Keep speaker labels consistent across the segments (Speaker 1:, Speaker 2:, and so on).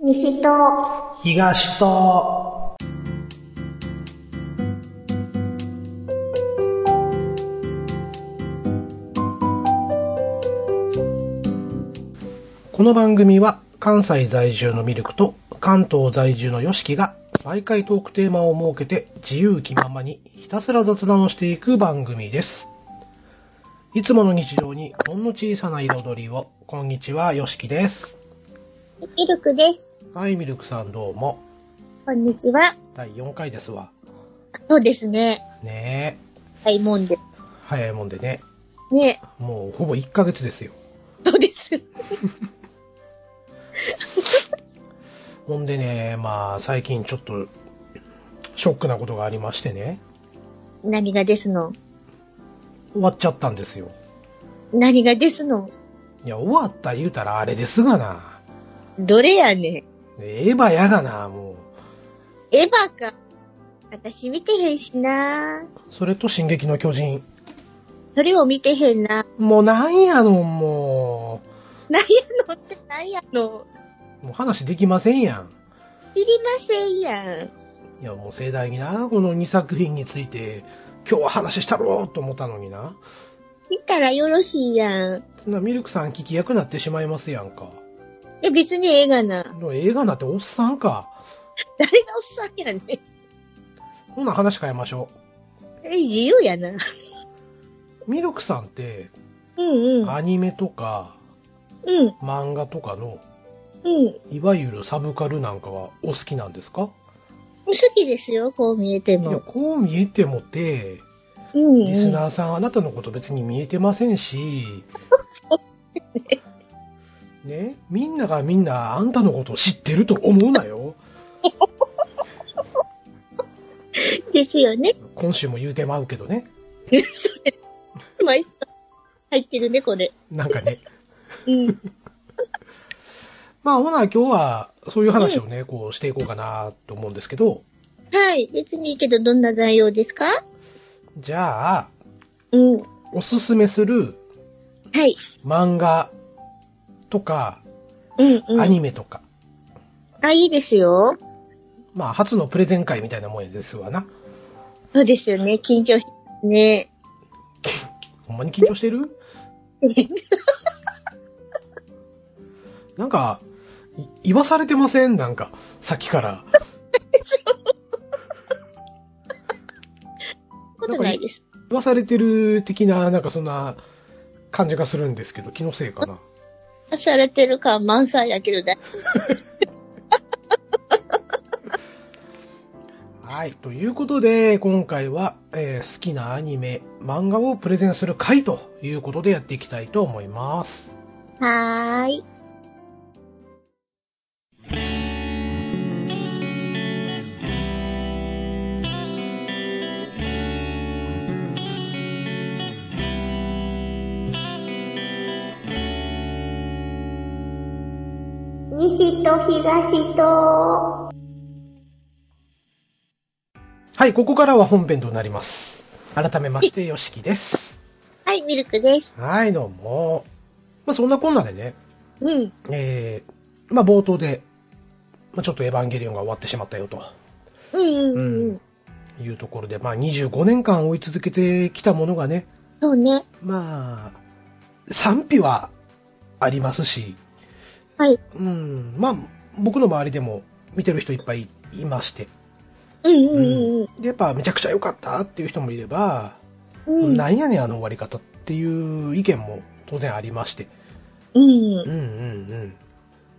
Speaker 1: 西と、
Speaker 2: 東と、この番組は関西在住のミルクと関東在住のヨシキが毎回トークテーマを設けて自由気ままにひたすら雑談をしていく番組です。いつもの日常にほんの小さな彩りを、こんにちは、ヨシキです。
Speaker 1: ミルクです。
Speaker 2: はい、ミルクさんどうも。
Speaker 1: こんにちは。
Speaker 2: 第4回ですわ。
Speaker 1: そうですね。
Speaker 2: ね
Speaker 1: はい、もんで。
Speaker 2: え。早いもんでね。
Speaker 1: ね
Speaker 2: もうほぼ1ヶ月ですよ。
Speaker 1: そうです。
Speaker 2: ほんでね、まあ最近ちょっと、ショックなことがありましてね。
Speaker 1: 何がですの
Speaker 2: 終わっちゃったんですよ。
Speaker 1: 何がですの
Speaker 2: いや、終わった言うたらあれですがな。
Speaker 1: どれやねん。
Speaker 2: エヴァやがな、もう。
Speaker 1: エヴァか。私見てへんしな
Speaker 2: それと進撃の巨人。
Speaker 1: それを見てへんな
Speaker 2: もうなんやの、も
Speaker 1: 何やのって何やの
Speaker 2: う。もう話できませんやん。
Speaker 1: 知りませんやん。
Speaker 2: いや、もう盛大にな、この2作品について、今日は話したろうと思ったのにな。
Speaker 1: 見たらよろしいやん。
Speaker 2: そんなミルクさん聞き役なってしまいますやんか。
Speaker 1: いや、別に映画な。
Speaker 2: でも映画なんておっさんか。
Speaker 1: 誰がおっさんやねん。
Speaker 2: こんな話変えましょ
Speaker 1: え自由やな。
Speaker 2: う。ミルクさんって、
Speaker 1: うんうん。
Speaker 2: アニメとか、
Speaker 1: うん、
Speaker 2: 漫画とかの、
Speaker 1: うん。
Speaker 2: いわゆるサブカルなんかはお好きなんですか
Speaker 1: 好きですよ、こう見えて
Speaker 2: いや、
Speaker 1: も。
Speaker 2: こう見えてもて、
Speaker 1: うん、
Speaker 2: リス
Speaker 1: うん。
Speaker 2: ナーさんあなたのこと別に見えてませんし、ね、みんながみんなあんたのことを知ってると思うなよ。
Speaker 1: ですよね。
Speaker 2: 今週も言うてまうけどね。
Speaker 1: 毎週入ってるね、これ。
Speaker 2: なんか ね。
Speaker 1: うん。
Speaker 2: まあほな今日はそういう話をね、こうしていこうかなと思うんですけど、
Speaker 1: はい。別にいいけど、どんな内容ですか
Speaker 2: じゃあ、
Speaker 1: うん。は
Speaker 2: おすすめする
Speaker 1: い。
Speaker 2: 漫画とか、
Speaker 1: うん、うん。
Speaker 2: アニメとか、
Speaker 1: あ、いいですよ。
Speaker 2: まあ初のプレゼン会みたいなもんやですわな。
Speaker 1: そうですよね。緊張し、ね。
Speaker 2: ほんまに緊張してるなんか、い言わされてませんなんか、さっきから。
Speaker 1: ことないです。
Speaker 2: 言わされてる的な、なんかそんな感じがするんですけど、気のせいかな。
Speaker 1: されてる感満載やけどだ。
Speaker 2: はい。ということで、今回は、えー好きなアニメ、漫画をプレゼンする回ということでやっていきたいと思います。
Speaker 1: はーい。西と東と。
Speaker 2: はい、ここからは本編となります。改めまして、よしきです。
Speaker 1: はい、ミルクです。
Speaker 2: はい、どうも。まあ、そんなこんなでね、
Speaker 1: うん。
Speaker 2: えー、まあ、冒頭で、まあ、ちょっとエヴァンゲリオンが終わってしまったよと
Speaker 1: うんうんうん。
Speaker 2: うんいうところで、まあ、25年間追い続けてきたものがね、
Speaker 1: そうね。
Speaker 2: まあ、賛否はありますし、
Speaker 1: はい。
Speaker 2: うん、まあ、僕の周りでも見てる人いっぱいいまして、
Speaker 1: うんうんうんうん。
Speaker 2: で、やっぱめちゃくちゃ良かったっていう人もいれば、
Speaker 1: うん。
Speaker 2: なんやねんあの終わり方っていう意見も当然ありまして、
Speaker 1: うん
Speaker 2: うんうんうん。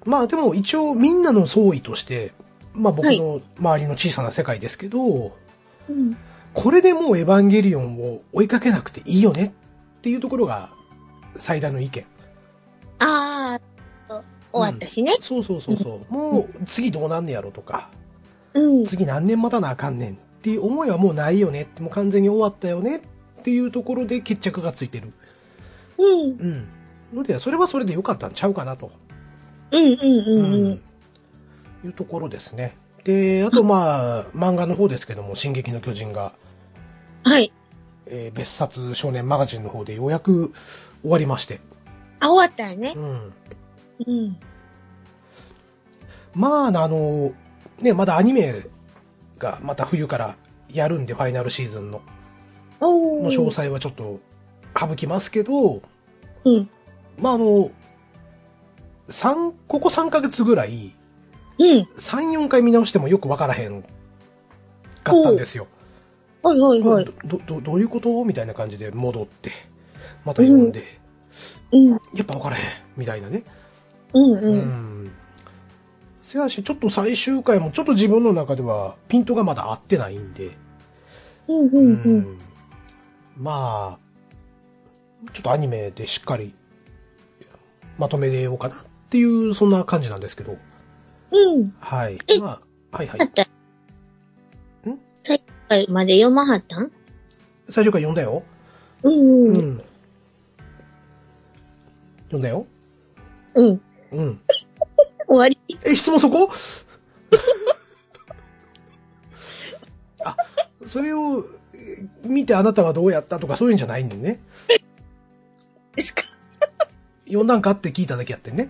Speaker 2: まあでも一応みんなの総意として、まあ僕の周りの小さな世界ですけど、
Speaker 1: うん。
Speaker 2: これでもうエヴァンゲリオンを追いかけなくていいよねっていうところが最大の意見。
Speaker 1: ああ、終わったしね。
Speaker 2: そうそうそうそう。 もう次どうなんねやろとか、
Speaker 1: うん。
Speaker 2: 次何年待たなあかんねんっていう思いはもうないよねって、もう完全に終わったよねっていうところで決着がついてる。
Speaker 1: うん。
Speaker 2: うん。ので、それはそれで良かったんちゃうかなと。
Speaker 1: うんうんう
Speaker 2: う
Speaker 1: んうん。
Speaker 2: いうところですね。で、あとまあ、漫画の方ですけども、進撃の巨人が、
Speaker 1: はい。
Speaker 2: えー別冊少年マガジンの方でようやく終わりまして。
Speaker 1: あ、終わったよね
Speaker 2: う。ん。
Speaker 1: うん。
Speaker 2: まあ、あの、ね、まだアニメがまた冬からやるんで、ファイナルシーズンの。
Speaker 1: おー。
Speaker 2: の詳細はちょっと省きますけど、
Speaker 1: うん。
Speaker 2: まあ、あの、三ここ3ヶ月ぐらい、
Speaker 1: うん。
Speaker 2: 3、4回見直してもよくわからへんかったんですよ。
Speaker 1: はいはいはい。
Speaker 2: ど、ど、どういうことみたいな感じで戻って、また読んで、
Speaker 1: うん。
Speaker 2: やっぱわからへんみたいなね。
Speaker 1: うん
Speaker 2: う
Speaker 1: うん。
Speaker 2: ん。せやし、ちょっと最終回もちょっと自分の中ではピントがまだ合ってないんで、
Speaker 1: うんう
Speaker 2: うん
Speaker 1: うん。
Speaker 2: まあ、ちょっとアニメでしっかりまとめようかなっていう、そんな感じなんですけど。
Speaker 1: うん。
Speaker 2: はい
Speaker 1: え。
Speaker 2: まあ、はいは
Speaker 1: だっ
Speaker 2: い。
Speaker 1: た
Speaker 2: ん
Speaker 1: 最後回まで読まはったん
Speaker 2: 最初から読んだよ。
Speaker 1: うん
Speaker 2: う
Speaker 1: うん。
Speaker 2: ん。読んだよ。
Speaker 1: うん。
Speaker 2: うん。
Speaker 1: 終わり。
Speaker 2: え、質問そこ あ、それをえ見てあなたはどうやったとかそういうんじゃないんで ね。
Speaker 1: ですか
Speaker 2: 読んだんかって聞いただけやってんね。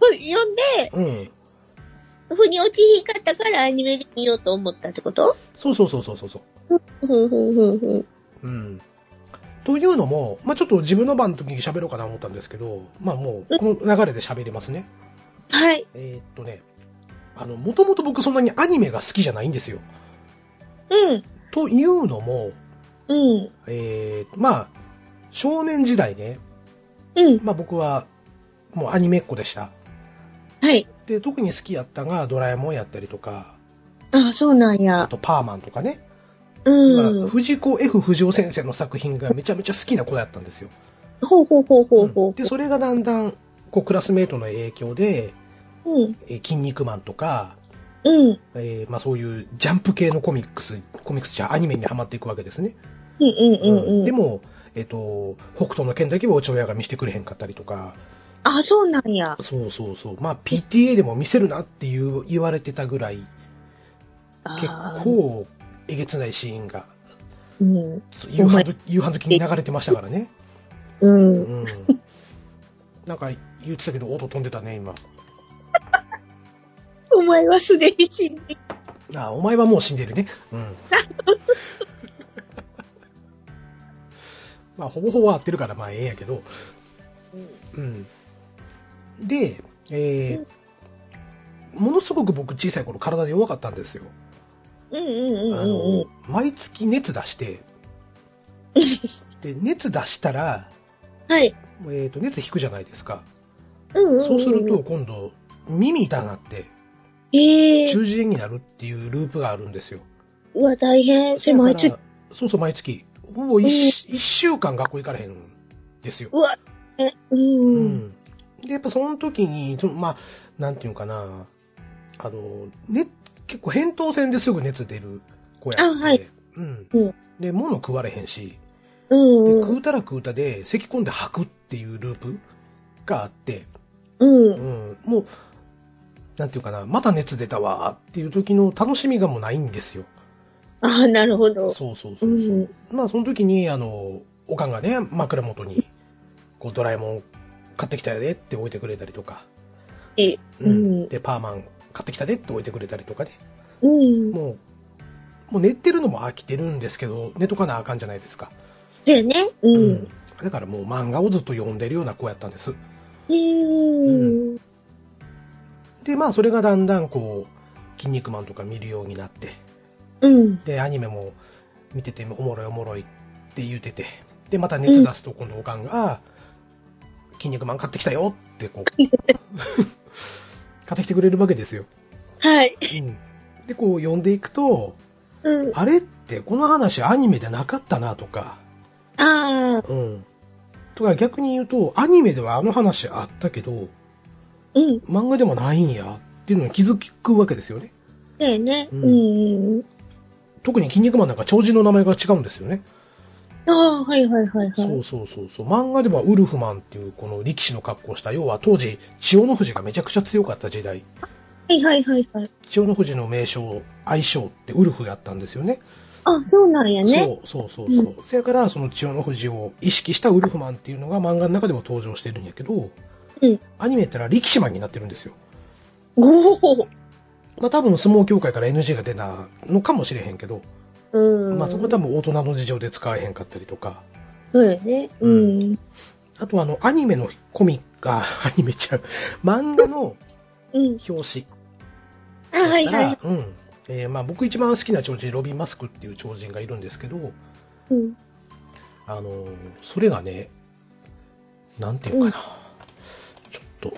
Speaker 1: 読んで、
Speaker 2: うん。
Speaker 1: 腑に落ちひんかったからアニメで見ようと思ったってこと
Speaker 2: そうそうそうそうそうそう。
Speaker 1: ふんふんふんふん。
Speaker 2: うん。というのも、まあ、ちょっと自分の番の時に喋ろうかなと思ったんですけど、まあ、もう、この流れで喋りますね。
Speaker 1: はい。
Speaker 2: えーっとね、あの、もともと僕そんなにアニメが好きじゃないんですよ。
Speaker 1: うん。
Speaker 2: というのも、
Speaker 1: うん。
Speaker 2: えー、まあ、少年時代ね、
Speaker 1: うん。
Speaker 2: まあ僕は、もうアニメっ子でした。
Speaker 1: はい。
Speaker 2: で、特に好きやったのが、ドラえもんやったりとか、
Speaker 1: あ、そうなん
Speaker 2: あ
Speaker 1: や。
Speaker 2: とパーマンとかね、
Speaker 1: うん。
Speaker 2: 藤子 F 不二雄先生の作品がめちゃめちゃ好きな子だったんですよ。
Speaker 1: ほうほうほうほうほう。
Speaker 2: で、それがだんだん、こう、クラスメートの影響で、
Speaker 1: うん。
Speaker 2: えー筋肉マンとか、
Speaker 1: うん。
Speaker 2: えーまあそういうジャンプ系のコミックス、コミックスじゃアニメにハマっていくわけですね。
Speaker 1: うんうんうんうん。
Speaker 2: でも、えっ、と、北斗の剣だけはお父親が見せてくれへんかったりとか、
Speaker 1: あ、そうなんや。
Speaker 2: そうそうそう、まあ PTA でも見せるなっていう言われてたぐらい、結
Speaker 1: あー。
Speaker 2: 構えげつないシーンが、
Speaker 1: うん。
Speaker 2: 夕飯ど夕飯時に流れてましたからね。
Speaker 1: うん
Speaker 2: う。ん。なんか言ってたけど、音飛んでたね、今。
Speaker 1: お前はすでに死んでい
Speaker 2: あお前はもう死んでるね。うん。まあ、ほぼほぼ合ってるから、まあ、ええんやけど。うん。で、えーものすごく僕小さい頃体弱かったんですよ。
Speaker 1: うんうん
Speaker 2: あ
Speaker 1: うんう
Speaker 2: の、
Speaker 1: んうん。
Speaker 2: 毎月熱出して、 で、熱出したら、
Speaker 1: はい。
Speaker 2: えっ、と、熱引くじゃないですか。
Speaker 1: うんうんんん
Speaker 2: そうすると、。今度、耳痛なって、
Speaker 1: ええ
Speaker 2: 中耳炎になるっていうループがあるんですよ。
Speaker 1: うわ、大変。それ毎
Speaker 2: だ
Speaker 1: 月
Speaker 2: か。らそうそう、毎月。ほぼ一一週間学校行かれへんですよ。
Speaker 1: うわ、え、うん。うん。
Speaker 2: で、やっぱその時に、そのまあ、なんていうのかな、あの、ね、結構扁桃腺ですぐ熱出る子やって。
Speaker 1: あはい
Speaker 2: うん
Speaker 1: うん。
Speaker 2: で、物食われへんし、
Speaker 1: う
Speaker 2: で
Speaker 1: んう
Speaker 2: 食
Speaker 1: ん。
Speaker 2: うたら食うたで、咳込んで吐くっていうループがあって、
Speaker 1: う。
Speaker 2: うんん、もう、なんていうかな、また熱出たわっていう時の楽しみがもうないんですよ。
Speaker 1: ああ、なるほど。
Speaker 2: そうそう
Speaker 1: う
Speaker 2: そうそう。
Speaker 1: ん。
Speaker 2: まあその時に、あの、おかんがね、枕元に、こう、ドラえもん買ってきたでって置いてくれたりとか、
Speaker 1: え、う
Speaker 2: うん
Speaker 1: ん。
Speaker 2: で、パーマン買ってきたでって置いてくれたりとかね、
Speaker 1: うん。
Speaker 2: もう、もう寝てるのも飽きてるんですけど、寝とかなあかんじゃないですか。
Speaker 1: だよね。う。
Speaker 2: うんだからもう漫画をずっと読んでるような子やったんです。
Speaker 1: うん。
Speaker 2: で、まあそれがだんだんこう、筋肉マンとか見るようになって、
Speaker 1: うん。
Speaker 2: で、アニメも見てておもろいおもろいって言うてて、で、また熱出すと今度おかんが、筋肉マン買ってきたよって こう、買ってきてくれるわけですよ。
Speaker 1: はい。
Speaker 2: うんで、こう読んでいくと、
Speaker 1: うん。
Speaker 2: あれってこの話アニメでなかったなとか、
Speaker 1: ああ。
Speaker 2: うん。とか逆に言うと、アニメではあの話あったけど、
Speaker 1: うん。
Speaker 2: 漫画でもないんやっていうのに気づくわけですよね。
Speaker 1: だよね。
Speaker 2: う
Speaker 1: うんん。
Speaker 2: 特に筋肉マンなんか超人の名前が違うんですよね。
Speaker 1: ああ、はいはいはいはい。
Speaker 2: そうそうそうそう。漫画ではウルフマンっていうこの力士の格好をした、要は当時、千代の富士がめちゃくちゃ強かった時代、
Speaker 1: はいはいはいはい。
Speaker 2: 千代の富士の名称、愛称ってウルフやったんですよね。
Speaker 1: あ、そうなんやね。
Speaker 2: そうそうそうそう。せやから、その千代の富士を意識したウルフマンっていうのが漫画の中でも登場してるんやけど、
Speaker 1: うん
Speaker 2: アニメやったら力士マンになってるんですよ。
Speaker 1: おお。
Speaker 2: まあ多分相撲協会から NG が出たのかもしれへんけど、
Speaker 1: うん。
Speaker 2: まあそこは多分大人の事情で使えへんかったりとか、
Speaker 1: そうやね。うん。
Speaker 2: あとはあのアニメのコミック、あ、 アニメちゃう、漫画の
Speaker 1: うん。
Speaker 2: 表紙
Speaker 1: あ、 はい
Speaker 2: だ
Speaker 1: はい。
Speaker 2: からうん。えーまあ僕一番好きな超人、ロビン・マスクっていう超人がいるんですけど、
Speaker 1: うん。
Speaker 2: あのーそれがね、なんていうかな、ちょっと、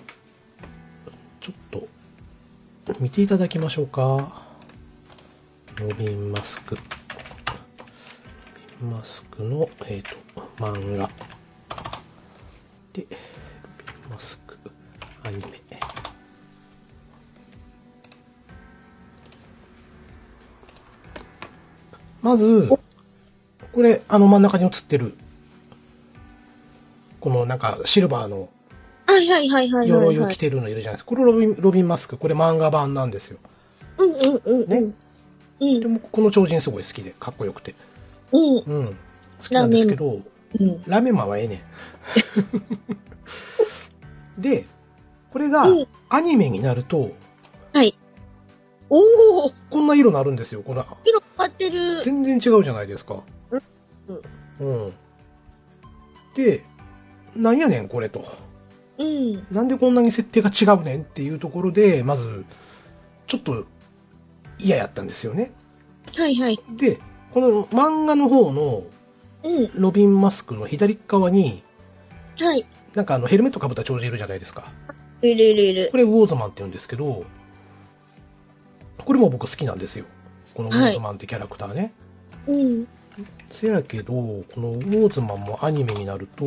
Speaker 2: ちょっと、見ていただきましょうか。ロビン・マスク。ロビン・マスクの、えっ、と、漫画。で、ロビン・マスク、アニメ。まず、これ、あの真ん中に映ってる、このなんかシルバーの
Speaker 1: はいはいはいはいはい。
Speaker 2: 鎧を着てるのいるじゃないですか。これロビン、ロビンマスク。これ漫画版なんですよ。
Speaker 1: うんうんうんうん。
Speaker 2: ね。
Speaker 1: うん
Speaker 2: で。も、この超人すごい好きで、かっこよくて。
Speaker 1: うん。
Speaker 2: うん。好きなんですけど、
Speaker 1: うん。
Speaker 2: ラーメンマンはええね ん。で、これが
Speaker 1: うん
Speaker 2: アニメになると、
Speaker 1: はい。おー
Speaker 2: こんな色になるんですよ。この、
Speaker 1: 色変わってる。
Speaker 2: 全然違うじゃないですか。うん。で、なんやねん、これと。
Speaker 1: うん。
Speaker 2: なんでこんなに設定が違うねんっていうところで、まず、ちょっと嫌やったんですよね。
Speaker 1: はいはい。
Speaker 2: で、この漫画の方の
Speaker 1: うん。
Speaker 2: ロビンマスクの左側に、
Speaker 1: はい。
Speaker 2: なんかあのヘルメットかぶった長人いるじゃないですか。
Speaker 1: いるいるいる
Speaker 2: こ。れウォーズマンって言うんですけど、これも僕好きなんですよ。このウォーズマンってキャラクターね。
Speaker 1: うん。
Speaker 2: せやけど、このウォーズマンもアニメになると、こ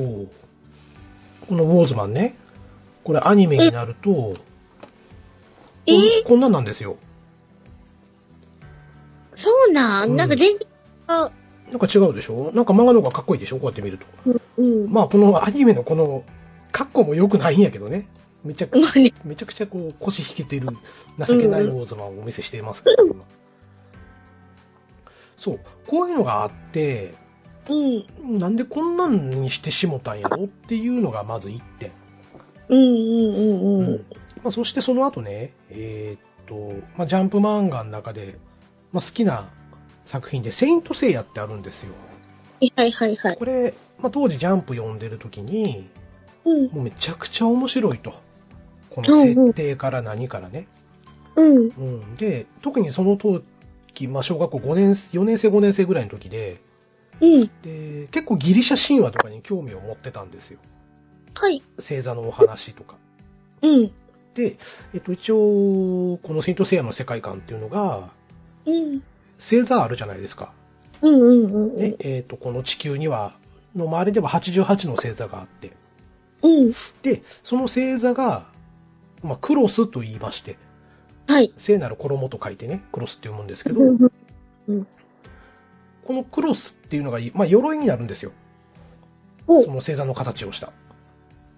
Speaker 2: のウォーズマンね、これアニメになると、こん
Speaker 1: えー
Speaker 2: こんなんなんですよ。
Speaker 1: そうなん、
Speaker 2: うん
Speaker 1: なんか全然、あ、
Speaker 2: なんか違うでしょなんか漫画の方がかっこいいでしょこうやって見ると。
Speaker 1: うん。
Speaker 2: まあこのアニメのこの、格好も良くないんやけどね。めちゃく
Speaker 1: まあね。
Speaker 2: めちゃくちゃこう腰引けてる、情けないウォーズマンをお見せしていますけど、今そう、こういうのがあって、
Speaker 1: うん。
Speaker 2: なんでこんなんにしてしもたんやろっていうのがまず1点。
Speaker 1: うんうんうんうん。
Speaker 2: まあ、そしてその後ね、えーっと、まあ、ジャンプ漫画の中で、まあ、好きな作品で、セイントセイヤってあるんですよ。
Speaker 1: はいはいはい。
Speaker 2: これ、まあ、当時ジャンプ読んでる時に、
Speaker 1: うん。
Speaker 2: もうめちゃくちゃ面白いと。この設定から何からね。
Speaker 1: うん。
Speaker 2: うん。で、特にその時、まあ、小学校5年、4年生5年生ぐらいの時で、
Speaker 1: うん。
Speaker 2: で、結構ギリシャ神話とかに興味を持ってたんですよ。
Speaker 1: はい。
Speaker 2: 星座のお話とか。
Speaker 1: うん。
Speaker 2: で、えっと、一応、このセイントセイヤの世界観っていうのが、
Speaker 1: うん。
Speaker 2: 星座あるじゃないですか。
Speaker 1: うんうんうんうん。
Speaker 2: ね、えっ、と、この地球には、の周りでは88の星座があって、
Speaker 1: うん。
Speaker 2: で、その星座が、まあ、クロスと言いまして、
Speaker 1: はい。
Speaker 2: 聖なる衣と書いてね、クロスって読むんですけど、
Speaker 1: うん
Speaker 2: このクロスっていうのが、まあ、鎧になるんですよ。
Speaker 1: お
Speaker 2: その星座の形をした。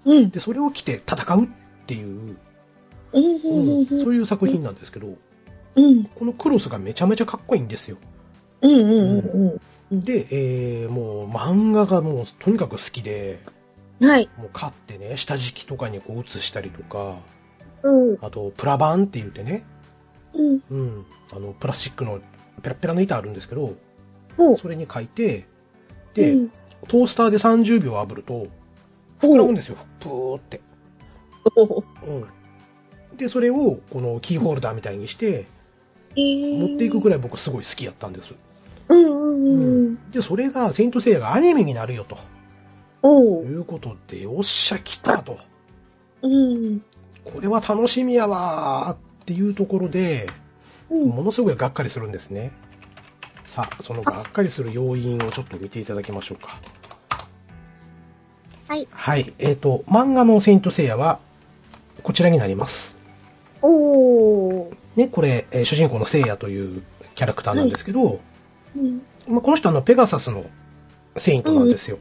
Speaker 1: うん。
Speaker 2: で、それを着て戦うっていう、
Speaker 1: うんう
Speaker 2: うん
Speaker 1: んうん
Speaker 2: そういう作品なんですけど、
Speaker 1: うん。
Speaker 2: このクロスがめちゃめちゃかっこいいんですよ。
Speaker 1: うんうんうん
Speaker 2: で、えー、もう漫画がもうとにかく好きで、
Speaker 1: うん。はい。
Speaker 2: もう買ってね、下敷きとかにこう写したりとか、
Speaker 1: うん。
Speaker 2: あと、プラバンって言ってね、
Speaker 1: うん。
Speaker 2: うん、あの、プラスチックのペラペラの板あるんですけど、
Speaker 1: お
Speaker 2: それに書いて、で、
Speaker 1: うん。
Speaker 2: トースターで30秒炙ると、膨らむんですよ。プーって。
Speaker 1: お
Speaker 2: うん。で、それを、このキーホルダーみたいにして、
Speaker 1: えー
Speaker 2: 持っていくぐらい僕すごい好きやったんです。
Speaker 1: うんうんうん。
Speaker 2: で、それが、セイントセイヤがアニメになるよ、と
Speaker 1: お
Speaker 2: いうことで、おっしゃ、来たと。
Speaker 1: うん。
Speaker 2: これは楽しみやわーっていうところで、
Speaker 1: うん。
Speaker 2: ものすごいがっかりするんですね。さあ、そのがっかりする要因をちょっと見ていただきましょうか。
Speaker 1: はい。
Speaker 2: はい。えっ、と、漫画のセイントセイヤは、こちらになります。
Speaker 1: おー。
Speaker 2: ね、これ、えー主人公のセイヤというキャラクターなんですけど、
Speaker 1: うん。
Speaker 2: まあ、この人はあの、ペガサスのセイントなんですよ。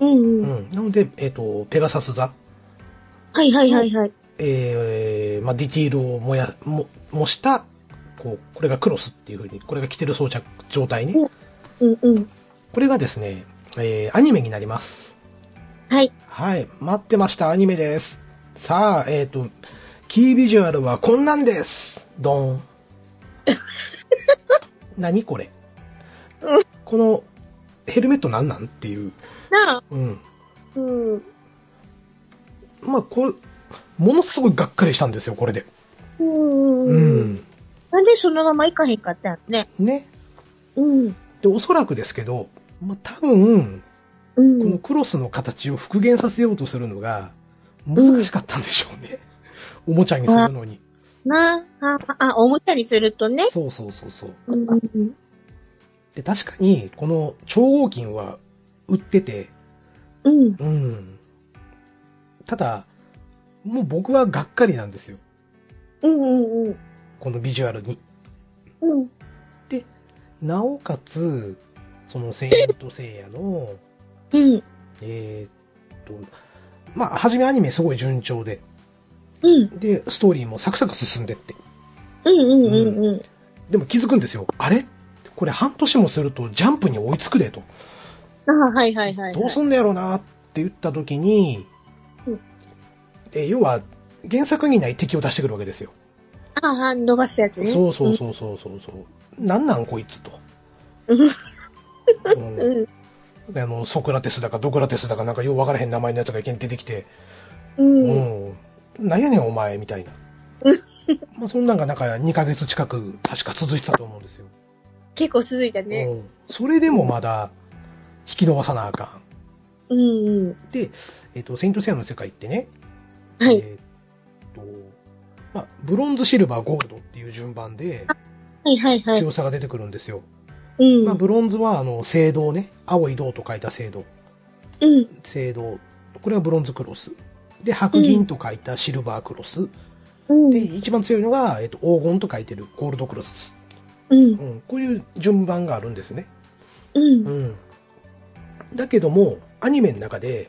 Speaker 1: うん
Speaker 2: う
Speaker 1: うん。
Speaker 2: ん。なので、えっ、と、ペガサス座、
Speaker 1: はいはいはいはい。
Speaker 2: えーまあ、ディティールをもや、も、もした、こう、これがクロスっていう風に、これが着てる装着状態ね。
Speaker 1: うんうん。
Speaker 2: これがですね、えーアニメになります。
Speaker 1: はい。
Speaker 2: はい、待ってました、アニ メです。さあ、えっ、と、キービジュアルはこんなんです。ドン。何これ
Speaker 1: う
Speaker 2: この、ヘルメットなんなんっていう。
Speaker 1: なあ。
Speaker 2: うん。
Speaker 1: うん。
Speaker 2: まあ、これ、ものすごいがっかりしたんですよ、これで。
Speaker 1: うん。
Speaker 2: う
Speaker 1: うん。
Speaker 2: ん。
Speaker 1: なんでそのまま行かへんかったんね。
Speaker 2: ね。
Speaker 1: うん。
Speaker 2: で、おそらくですけど、まあ、多分、
Speaker 1: う
Speaker 2: この
Speaker 1: ん。
Speaker 2: クロスの形を復元させようとするのが、難しかったんでしょうね。おもちゃにするのに。
Speaker 1: なあ、あ、あ、おもちゃにするとね。
Speaker 2: そうそうそうそう。
Speaker 1: うん。うん。
Speaker 2: で、確かに、この超合金は売ってて、
Speaker 1: うん。
Speaker 2: うん。ただ、もう僕はがっかりなんですよ。
Speaker 1: うん。うん。
Speaker 2: このビジュアルに。
Speaker 1: うん。
Speaker 2: なおかつ、その、セイントセイヤの、
Speaker 1: うん。
Speaker 2: えーっと、まあ、はじめアニメすごい順調で、
Speaker 1: うん。
Speaker 2: で、ストーリーもサクサク進んでって。
Speaker 1: うん。うん。うん。
Speaker 2: でも気づくんですよ。あれこれ半年もするとジャンプに追いつくでと。
Speaker 1: ああ、はいはいはい、はい。
Speaker 2: どうすんのやろうなって言った時に
Speaker 1: うん、
Speaker 2: え要は、原作にない敵を出してくるわけですよ。
Speaker 1: ああ、伸ばすやつね。
Speaker 2: そうそうそうそうそうそう。なんなんこいつと。
Speaker 1: うん
Speaker 2: うん
Speaker 1: ん。
Speaker 2: であの、ソクラテスだかドクラテスだかなんかようわからへん名前のやつが限定できて、
Speaker 1: うん。うん。
Speaker 2: うん。なんやねんお前みたいな
Speaker 1: う。
Speaker 2: まあそんなんがなんか2ヶ月近く確か続いてたと思うんですよ。
Speaker 1: 結構続いたね。
Speaker 2: うん。それでもまだ引き伸ばさなあかん。
Speaker 1: うん。うん。
Speaker 2: で、えっ、と、セイントセアの世界ってね、
Speaker 1: はい。
Speaker 2: えっ、と、まあ、ブロンズ、シルバー、ゴールドっていう順番で
Speaker 1: はいはいはい。
Speaker 2: 強さが出てくるんですよ。
Speaker 1: うん。
Speaker 2: まあ、ブロンズは、あの、青銅ね。青い銅と書いた青銅。
Speaker 1: うん。
Speaker 2: 青銅。これがブロンズクロス。で、白銀と書いたシルバークロス。
Speaker 1: うん。
Speaker 2: で、一番強いのが、えっと、黄金と書いてるゴールドクロス。
Speaker 1: うん
Speaker 2: う。ん。こういう順番があるんですね。
Speaker 1: うん。
Speaker 2: ん。だけども、アニメの中で、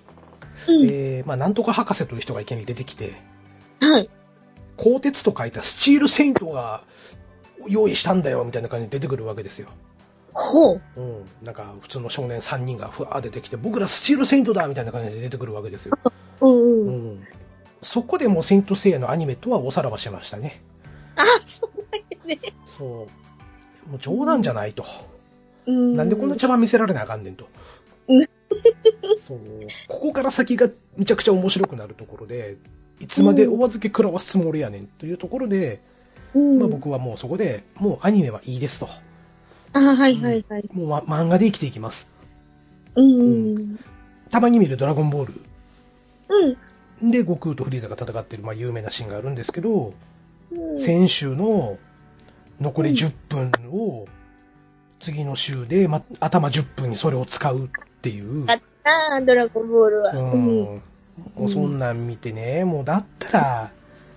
Speaker 1: うん。
Speaker 2: えー、まあ、なんとか博士という人が意見に出てきて、
Speaker 1: はい。
Speaker 2: 鋼鉄と書いたスチールセイントが用意したんだよ、みたいな感じで出てくるわけですよ。
Speaker 1: ほう。
Speaker 2: うん、なんか普通の少年3人がふわー出てきて、僕らスチールセイントだみたいな感じで出てくるわけですよ。
Speaker 1: うん
Speaker 2: う
Speaker 1: うん。
Speaker 2: ん、そこでもうセイントセイヤのアニメとはおさらばしましたね。
Speaker 1: あ、そうだよね。
Speaker 2: そう。もう冗談じゃないと。
Speaker 1: うん。
Speaker 2: なんでこんな茶番見せられなあかんねんと
Speaker 1: う。
Speaker 2: そう。ここから先がめちゃくちゃ面白くなるところで、いつまでお預け食らわすつもりやねんというところで、
Speaker 1: うん。
Speaker 2: まあ僕はもうそこで、もうアニメはいいですと。
Speaker 1: ああ、はいはいはい。
Speaker 2: もうわ漫画で生きていきます。
Speaker 1: うん。うん。
Speaker 2: たまに見るドラゴンボール
Speaker 1: うん。
Speaker 2: で悟空とフリーザが戦ってる、まあ、有名なシーンがあるんですけど、
Speaker 1: うん。
Speaker 2: 先週の残り
Speaker 1: うん
Speaker 2: 10分を次の週で、ま、頭10分にそれを使うっていう、
Speaker 1: あああ、ドラゴンボールは。
Speaker 2: う
Speaker 1: うんん。
Speaker 2: もうそんなん見てねもうだったら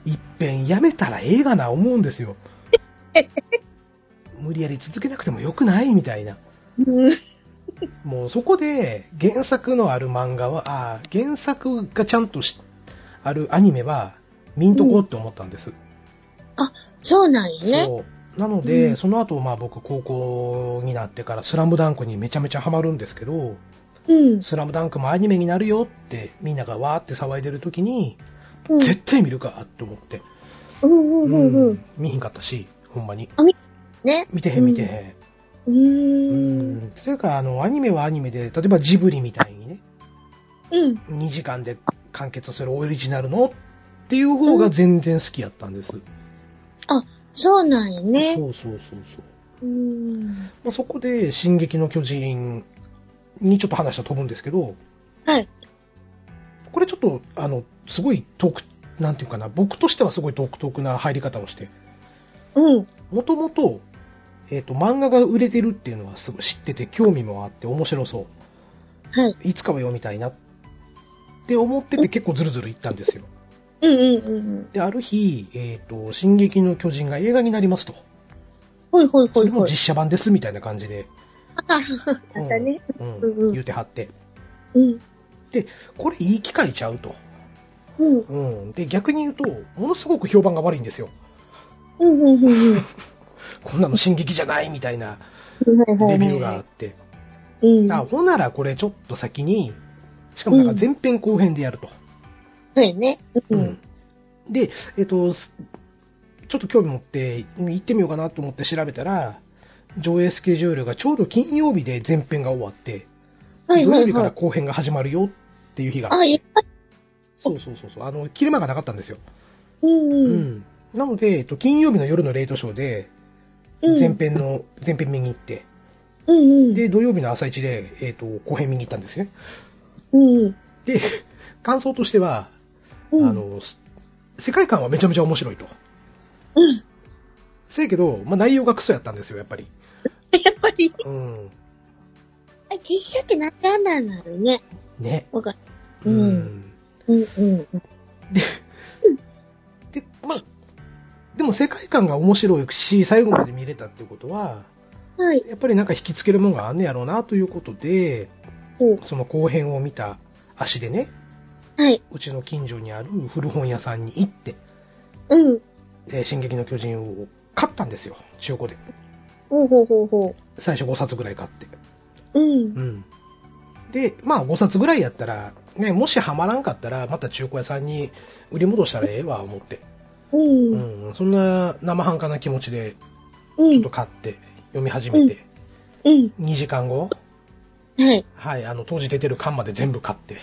Speaker 2: いっぺんやめたらええがな思うんですよ 無理やり続けなくてもよくないみたいな
Speaker 1: うん。
Speaker 2: もうそこで原作のある漫画は、あー原作がちゃんとしあるアニメは見んとこうって思ったんです。
Speaker 1: そうなんよね。
Speaker 2: そう。なので、
Speaker 1: うん
Speaker 2: その後、まあ僕高校になってからスラムダンクにめちゃめちゃハマるんですけど、
Speaker 1: うん。
Speaker 2: スラムダンクもアニメになるよってみんながわーって騒いでる時に、
Speaker 1: うん。
Speaker 2: 絶対見るかと思って。
Speaker 1: うんうんうんうん。
Speaker 2: 見ひんかったし、ほんまに。
Speaker 1: ね。
Speaker 2: 見てへん見てへ。
Speaker 1: うんん。
Speaker 2: ん。それか、あの、アニメはアニメで、例えばジブリみたいにね、
Speaker 1: うん。
Speaker 2: 2時間で完結するオリジナルのっていう方が全然好きやったんです。
Speaker 1: そうなんよね。
Speaker 2: そうそうそうそ
Speaker 1: う
Speaker 2: う。
Speaker 1: ん。
Speaker 2: まあ、そこで、進撃の巨人にちょっと話は飛ぶんですけど、
Speaker 1: はい。
Speaker 2: これちょっと、あの、すごいトーク、なんていうかな、僕としてはすごい独特な入り方をして、
Speaker 1: うん。
Speaker 2: もともと、えっ、と、漫画が売れてるっていうのはすごい知ってて、興味もあって面白そ
Speaker 1: はい。
Speaker 2: う。いつかは読みたいなって思ってて結構ズルズル行ったんですよ。
Speaker 1: うんうんうん。
Speaker 2: で、ある日、えっ、と、進撃の巨人が映画になりますと。
Speaker 1: ほいほいほ
Speaker 2: そ
Speaker 1: い
Speaker 2: れも
Speaker 1: ほい
Speaker 2: 実。写版ですみたいな感じで、
Speaker 1: ああったね。
Speaker 2: うん
Speaker 1: うんうん
Speaker 2: 言うてはって、
Speaker 1: うん。
Speaker 2: これいい機会ちゃうと。
Speaker 1: うん。
Speaker 2: うん。で、逆に言うと、ものすごく評判が悪いんですよ。
Speaker 1: うんうんうんうん。
Speaker 2: こんなの進撃じゃないみたいな
Speaker 1: はいはいはい
Speaker 2: レビューがあって。
Speaker 1: うん。
Speaker 2: あ、
Speaker 1: そ
Speaker 2: ほならこれちょっと先に、しかもなんか前編後編でやると。
Speaker 1: うやね。うん。
Speaker 2: で、えっと、すちょっと興味持って行ってみようかなと思って調べたら、上映スケジュールがちょうど金曜日で前編が終わって、
Speaker 1: はいは
Speaker 2: 土曜
Speaker 1: い
Speaker 2: 日か
Speaker 1: は
Speaker 2: ら
Speaker 1: い。
Speaker 2: 後編が始まるよっていう日が、
Speaker 1: あ、いや、
Speaker 2: そうそうそうそう、あの、切れ間がなかったんですよ。
Speaker 1: うん
Speaker 2: う
Speaker 1: うん。
Speaker 2: ん。なので、えっと、金曜日の夜のレイトショーで、
Speaker 1: うん
Speaker 2: 前編の、前編見に行って、
Speaker 1: うんうん。
Speaker 2: で、土曜日の朝一で、えっと、後編見に行ったんですね。
Speaker 1: うんうん。
Speaker 2: で、 感想としては、
Speaker 1: うん
Speaker 2: あの、す世界観はめちゃめちゃ面白いと。
Speaker 1: うん
Speaker 2: せやけど、まあ、内容がクソやったんですよ、やっぱり。
Speaker 1: やっぱり、
Speaker 2: うん。
Speaker 1: あ実写ってなんであんなんなのね。
Speaker 2: ね。
Speaker 1: わかる。うんうんうんうん。
Speaker 2: で、まあ、でも世界観が面白いし、最後まで見れたってことは、
Speaker 1: はい。
Speaker 2: やっぱりなんか引きつけるもんがあんねやろうなということで、
Speaker 1: うん
Speaker 2: その後編を見た足でね、
Speaker 1: はい。
Speaker 2: うちの近所にある古本屋さんに行って、
Speaker 1: うん。
Speaker 2: えー進撃の巨人を買ったんですよ、中古で。
Speaker 1: ほうほうほうほ
Speaker 2: 最初5冊ぐらい買って。
Speaker 1: う。うん。
Speaker 2: うん。で、まあ5冊ぐらいやったら、ね、もしハマらんかったら、また中古屋さんに売り戻したらええわ、思って。
Speaker 1: うん。
Speaker 2: う
Speaker 1: うん。
Speaker 2: ん、そんな生半可な気持ちで、
Speaker 1: う
Speaker 2: ちょっ
Speaker 1: ん
Speaker 2: と。買って、読み始めて、
Speaker 1: うん。
Speaker 2: 2時間後、
Speaker 1: はい。
Speaker 2: はい、あの、当時出てる缶まで全部 買って。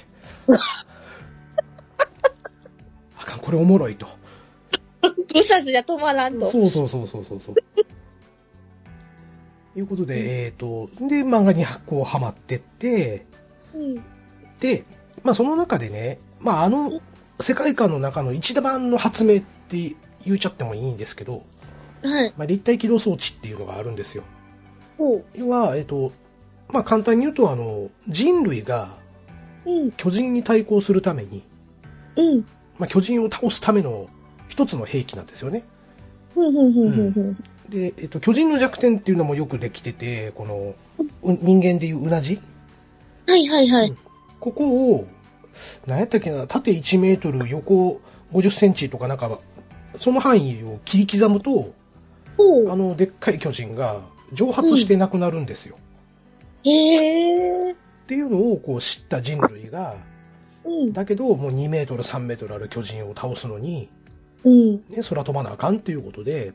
Speaker 2: あかん、これおもろいと。
Speaker 1: ぐさずじゃ止まらんと。
Speaker 2: そうそうそうそうそう そう。いうことで、えっ、と、で、漫画にこうハマってって、
Speaker 1: うん。
Speaker 2: で、まあその中でね、まああの世界観の中の一番の発明って言っちゃってもいいんですけど、
Speaker 1: はい。
Speaker 2: まあ、立体起動装置っていうのがあるんですよ。
Speaker 1: ほう。
Speaker 2: 要は、えっ、と、まあ簡単に言うと、あの、人類が
Speaker 1: うん。
Speaker 2: 巨人に対抗するために、
Speaker 1: うん。
Speaker 2: まあ巨人を倒すための一つの兵器なんですよね。
Speaker 1: ふんふんふんふんふん。
Speaker 2: で、えっと、巨人の弱点っていうのもよくできてて、この、う人間でいううなじ
Speaker 1: はいはいはい。
Speaker 2: ここを、何やったっけな、縦1メートル、横50センチとかなんか、その範囲を切り刻むと、
Speaker 1: ほ
Speaker 2: あ
Speaker 1: う。
Speaker 2: の、でっかい巨人が蒸発してなくなるんですよ。
Speaker 1: へえ。
Speaker 2: っていうのをこう知った人類が、
Speaker 1: うん。
Speaker 2: だけどもう2メートル、3メートルある巨人を倒すのに、
Speaker 1: うん。
Speaker 2: ね、空飛ばなあかんっていうことで、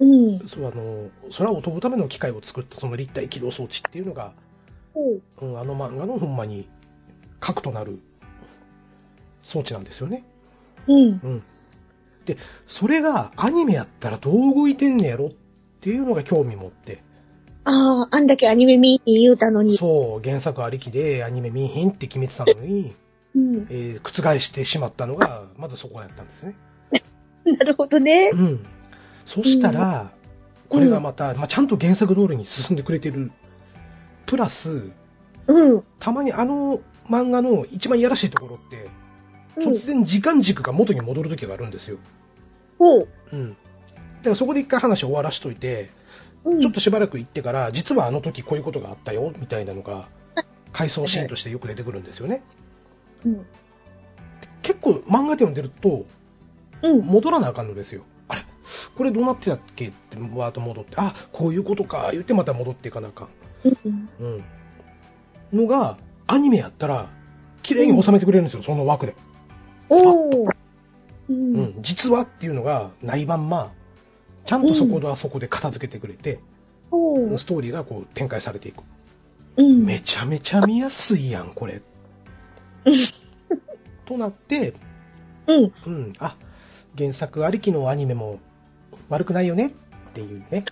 Speaker 1: うん。
Speaker 2: そうあの、空を飛ぶための機械を作ったその立体起動装置っていうのが、
Speaker 1: ほう。
Speaker 2: うん、あの漫画のほんまに核となる装置なんですよね。
Speaker 1: うん。
Speaker 2: それがアニメやったらどう動いてんねやろっていうのが興味持って、
Speaker 1: ああ、あんだけアニメ見に言うたのに。
Speaker 2: そう、原作ありきでアニメ見えへんって決めてたのに、
Speaker 1: うん。
Speaker 2: えー覆してしまったのが、まずそこやったんですね。
Speaker 1: なるほどね
Speaker 2: う。ん。そしたら、これがまた、まあ、ちゃんと原作通りに進んでくれてる。プラス、
Speaker 1: うん。
Speaker 2: たまにあの漫画の一番いやらしいところって、
Speaker 1: うん
Speaker 2: 突。然時間軸が元に戻る時があるんですよ。
Speaker 1: ほう。
Speaker 2: うん。だからそこで一回話終わらしといて、
Speaker 1: うん
Speaker 2: ちょっとしばらく行ってから、実はあの時こういうことがあったよ、みたいなのが、回想シーンとしてよく出てくるんですよね。
Speaker 1: うん。
Speaker 2: 結構漫画で読んでると、
Speaker 1: うん。
Speaker 2: 戻らなあかんのですよ。あれこれどうなってたっけって、わーっと戻って、あ、こういうことか、言ってまた戻っていかなあかん。
Speaker 1: うん。
Speaker 2: うん。のが、アニメやったら、綺麗に収めてくれるんですよ、その枠で。スパッ
Speaker 1: おー。うん
Speaker 2: うん、実はっていうのがないまんま、ちゃんとそこはそこで片付けてくれて、
Speaker 1: ほう。
Speaker 2: ストーリーがこう展開されていく。
Speaker 1: うん。
Speaker 2: めちゃめちゃ見やすいやん、こ れ。となって、
Speaker 1: うん。
Speaker 2: うん、あ、原作ありきのアニメも悪くないよねっていう ね。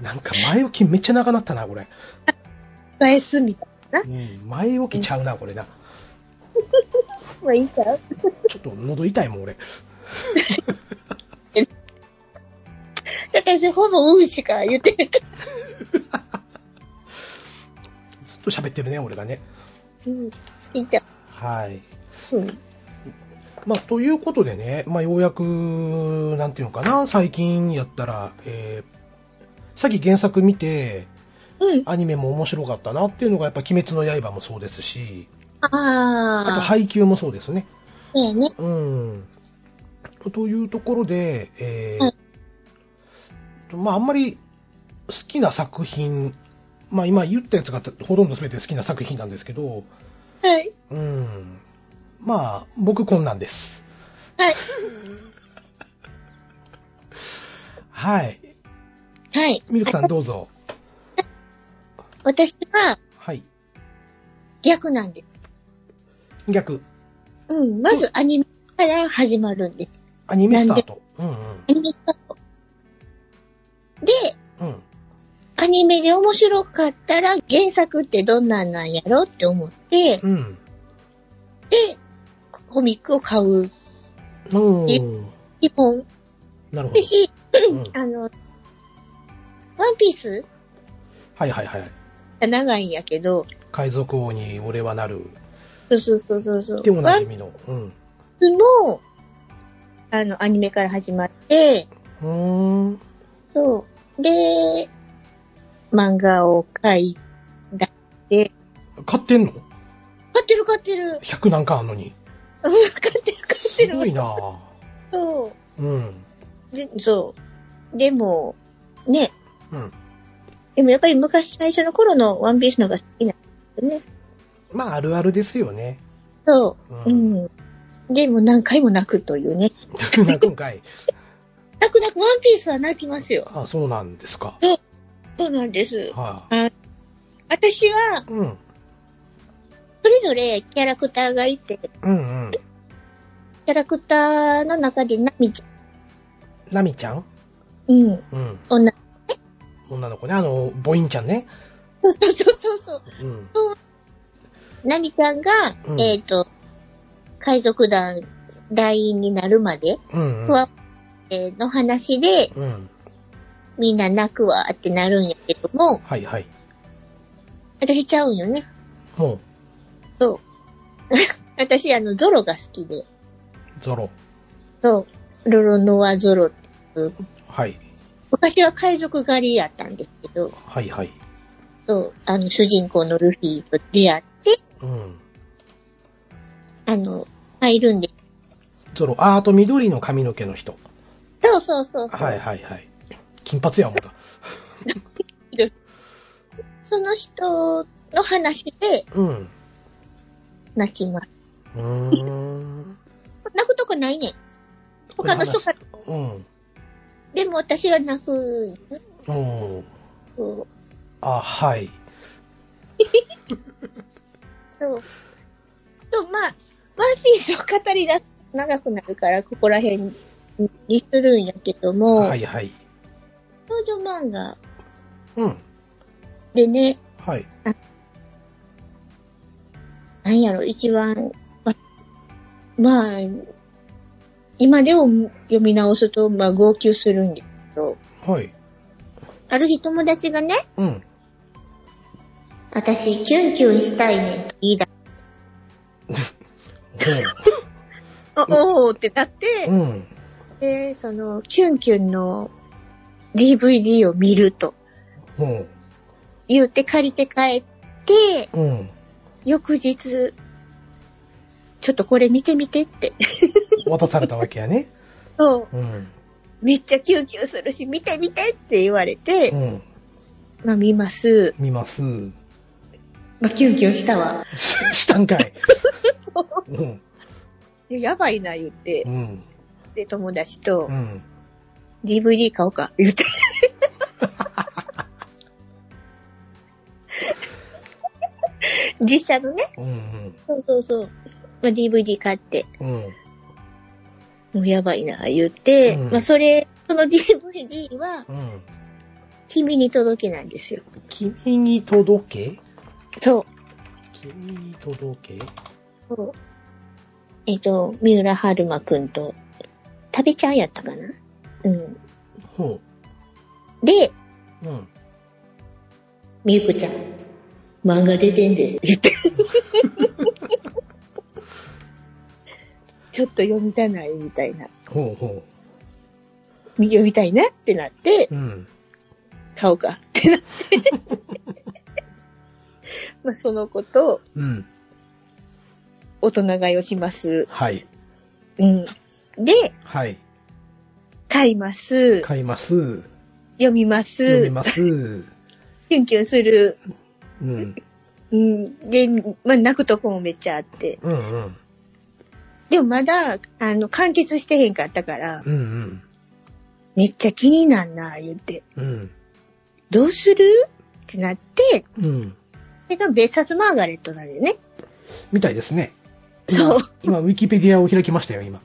Speaker 2: なんか前置きめっちゃ長なったな、これ。
Speaker 1: 返すみたいな。
Speaker 2: うん、前置きちゃうな、これな。
Speaker 1: まあいいから。
Speaker 2: ちょっと喉痛いもん、俺。
Speaker 1: 私ほぼうんしか言ってなかっ
Speaker 2: ずっと喋ってるね、俺がね。
Speaker 1: た。うん。いいじゃん。
Speaker 2: はい。
Speaker 1: うん。
Speaker 2: まあ、ということでね、まあ、ようやく、なんていうのかな、最近やったら、えー、さっき原作見て、
Speaker 1: うん。
Speaker 2: アニメも面白かったなっていうのが、やっぱ、鬼滅の刃もそうですし、あと、
Speaker 1: ああ。
Speaker 2: 配給もそうですね。
Speaker 1: そうやね。
Speaker 2: うん。というところで、え
Speaker 1: は
Speaker 2: ー
Speaker 1: い
Speaker 2: まあ、あんまり好きな作品、まあ、今言ったやつがほとんど全て好きな作品なんですけど、
Speaker 1: はい。
Speaker 2: うん。まあ、僕こんなんです。
Speaker 1: はい。
Speaker 2: はい。
Speaker 1: はい。
Speaker 2: ミルクさんどうぞ。
Speaker 1: 私は
Speaker 2: はい。
Speaker 1: 逆なんです。
Speaker 2: 逆。
Speaker 1: うん。まずアニメから始まるんです。
Speaker 2: アニメスタート。うんうん。
Speaker 1: アニメスタート。で、
Speaker 2: うん。
Speaker 1: アニメで面白かったら原作ってどんなんなんやろって思って、
Speaker 2: うん。
Speaker 1: で、コミックを買う。
Speaker 2: おー。
Speaker 1: 基本。
Speaker 2: なるほ
Speaker 1: で
Speaker 2: ど。
Speaker 1: し、
Speaker 2: うん、
Speaker 1: あの、ワンピース
Speaker 2: はいはいはい。
Speaker 1: 長いんやけど、
Speaker 2: 海賊王に俺はなる。
Speaker 1: そうそうそうそうそう。
Speaker 2: でお
Speaker 1: ワ
Speaker 2: な
Speaker 1: ン
Speaker 2: じ
Speaker 1: ピ
Speaker 2: みの。うん。
Speaker 1: ースも、あの、アニメから始まって、
Speaker 2: うーん。
Speaker 1: そう。で、漫画を買い、
Speaker 2: 買ってんの
Speaker 1: 買ってる買ってる。
Speaker 2: ?100 なんかあんのに。
Speaker 1: うん買ってる買って
Speaker 2: す
Speaker 1: る。
Speaker 2: ごいなぁ。
Speaker 1: そ
Speaker 2: うん。
Speaker 1: う。で、そう。でも、ね。
Speaker 2: うん。
Speaker 1: でもやっぱり昔最初の頃のワンピースの方が好きなんですよね。
Speaker 2: まあ、あるあるですよね。
Speaker 1: そうう。う。ん。でも何回も泣くというね。
Speaker 2: 泣くんかい。
Speaker 1: 泣く泣く、ワンピースは泣きますよ。
Speaker 2: あ、そうなんですか。
Speaker 1: そうなんです。
Speaker 2: は
Speaker 1: 私は、
Speaker 2: い。うん。
Speaker 1: それぞれキャラクターがいて、キ
Speaker 2: うんうん。
Speaker 1: ャラクターの中でナミちゃ
Speaker 2: ナミちゃん
Speaker 1: ん。うん。
Speaker 2: うん。
Speaker 1: 女。
Speaker 2: 女の子ね。あの、ボインちゃんね。
Speaker 1: そうそうそうそう。
Speaker 2: うん。
Speaker 1: ナミちゃんが、
Speaker 2: うん
Speaker 1: えっ、と、海賊団団員になるまで、
Speaker 2: う
Speaker 1: ふ
Speaker 2: ん、うん。
Speaker 1: わ、えーの話で、
Speaker 2: うん。
Speaker 1: みんな泣くわってなるんやけども、
Speaker 2: はいはい。
Speaker 1: 私ちゃうんよね。
Speaker 2: もう、
Speaker 1: そう。 私、あの、ゾロが好きで、
Speaker 2: ゾロ。
Speaker 1: そう、ロロノアゾロって。
Speaker 2: はい。
Speaker 1: 昔は海賊狩りやったんですけど、
Speaker 2: はいはい。
Speaker 1: そう、あの、主人公のルフィと出会って、
Speaker 2: うん。
Speaker 1: あの、入るんです。
Speaker 2: ゾロ。あ、あと緑の髪の毛の人。
Speaker 1: そうそうそう。
Speaker 2: はい。はいはい。金髪や思った。
Speaker 1: その人の話で
Speaker 2: うん。
Speaker 1: 泣きます。
Speaker 2: うーん。
Speaker 1: 泣くとこないねん。他の人から。
Speaker 2: うん。
Speaker 1: でも私は泣く。
Speaker 2: うん。
Speaker 1: そう。
Speaker 2: あ、はい。
Speaker 1: そう。と、まあ、ワンピースを語り出すと長くなるから、ここら辺にするんやけども、
Speaker 2: はいはい。
Speaker 1: 少女漫画
Speaker 2: うん。
Speaker 1: でね、
Speaker 2: はい。
Speaker 1: なんやろ、一番、ま、まあ、今でも読み直すと、まあ、号泣するんですけど、
Speaker 2: はい。
Speaker 1: ある日友達がね、
Speaker 2: うん。
Speaker 1: 私、キュンキュンしたいねんって言い出おおーってなって
Speaker 2: う、ん。
Speaker 1: で、その、キュンキュンの DVD を見ると。
Speaker 2: うん。
Speaker 1: 言って借りて帰って、
Speaker 2: うん。
Speaker 1: 翌日、ちょっとこれ見てみてって。
Speaker 2: 渡されたわけやね。
Speaker 1: そう。
Speaker 2: うん。
Speaker 1: めっちゃキュンキュンするし、見て見てって言われて
Speaker 2: う、ん。
Speaker 1: まあ見ます。
Speaker 2: 見ます。
Speaker 1: まあキュンキュンしたわ。
Speaker 2: ししたんか い。うん。
Speaker 1: いややばいな言って
Speaker 2: う、ん。
Speaker 1: で友達と
Speaker 2: う、ん。
Speaker 1: DVD 買おうか言って。実写のね。
Speaker 2: うん。
Speaker 1: そうそうそう。まあ DVD 買って、
Speaker 2: うん。
Speaker 1: もうやばいな言って、
Speaker 2: うん
Speaker 1: まあそれ、その DVD は
Speaker 2: うん。
Speaker 1: 君に届けなんですよ。
Speaker 2: 君に届け
Speaker 1: そう。
Speaker 2: 君に届け
Speaker 1: そうえっ、と、三浦春馬くんと、旅ちゃんやったかなうん。
Speaker 2: ほ
Speaker 1: で、
Speaker 2: う。うん。
Speaker 1: みゆくちゃん、漫画出てんで、言って。ちょっと読みたない、みたいな。
Speaker 2: ほうほ
Speaker 1: 読みたいなってなって、
Speaker 2: う。うん。
Speaker 1: 買おうかってな って。まあ、その子と、
Speaker 2: うん。
Speaker 1: 大人買いをします。
Speaker 2: はい。
Speaker 1: うん。で、
Speaker 2: はい。
Speaker 1: 買います。
Speaker 2: 買います。
Speaker 1: 読みます。
Speaker 2: 読み ます。う
Speaker 1: キュンキュンする。
Speaker 2: ん。
Speaker 1: うん。で、まあ、泣くとこもめっちゃあって。
Speaker 2: うんうん。
Speaker 1: でもまだ、あの、完結してへんかったから、
Speaker 2: うんうん。
Speaker 1: めっちゃ気になんな、言って。
Speaker 2: うん。
Speaker 1: どうするってなって、
Speaker 2: うん。
Speaker 1: それが別冊マーガレットなんだよね。
Speaker 2: みたいですね。
Speaker 1: そう。
Speaker 2: 今、ウィキペディアを開きましたよ、今。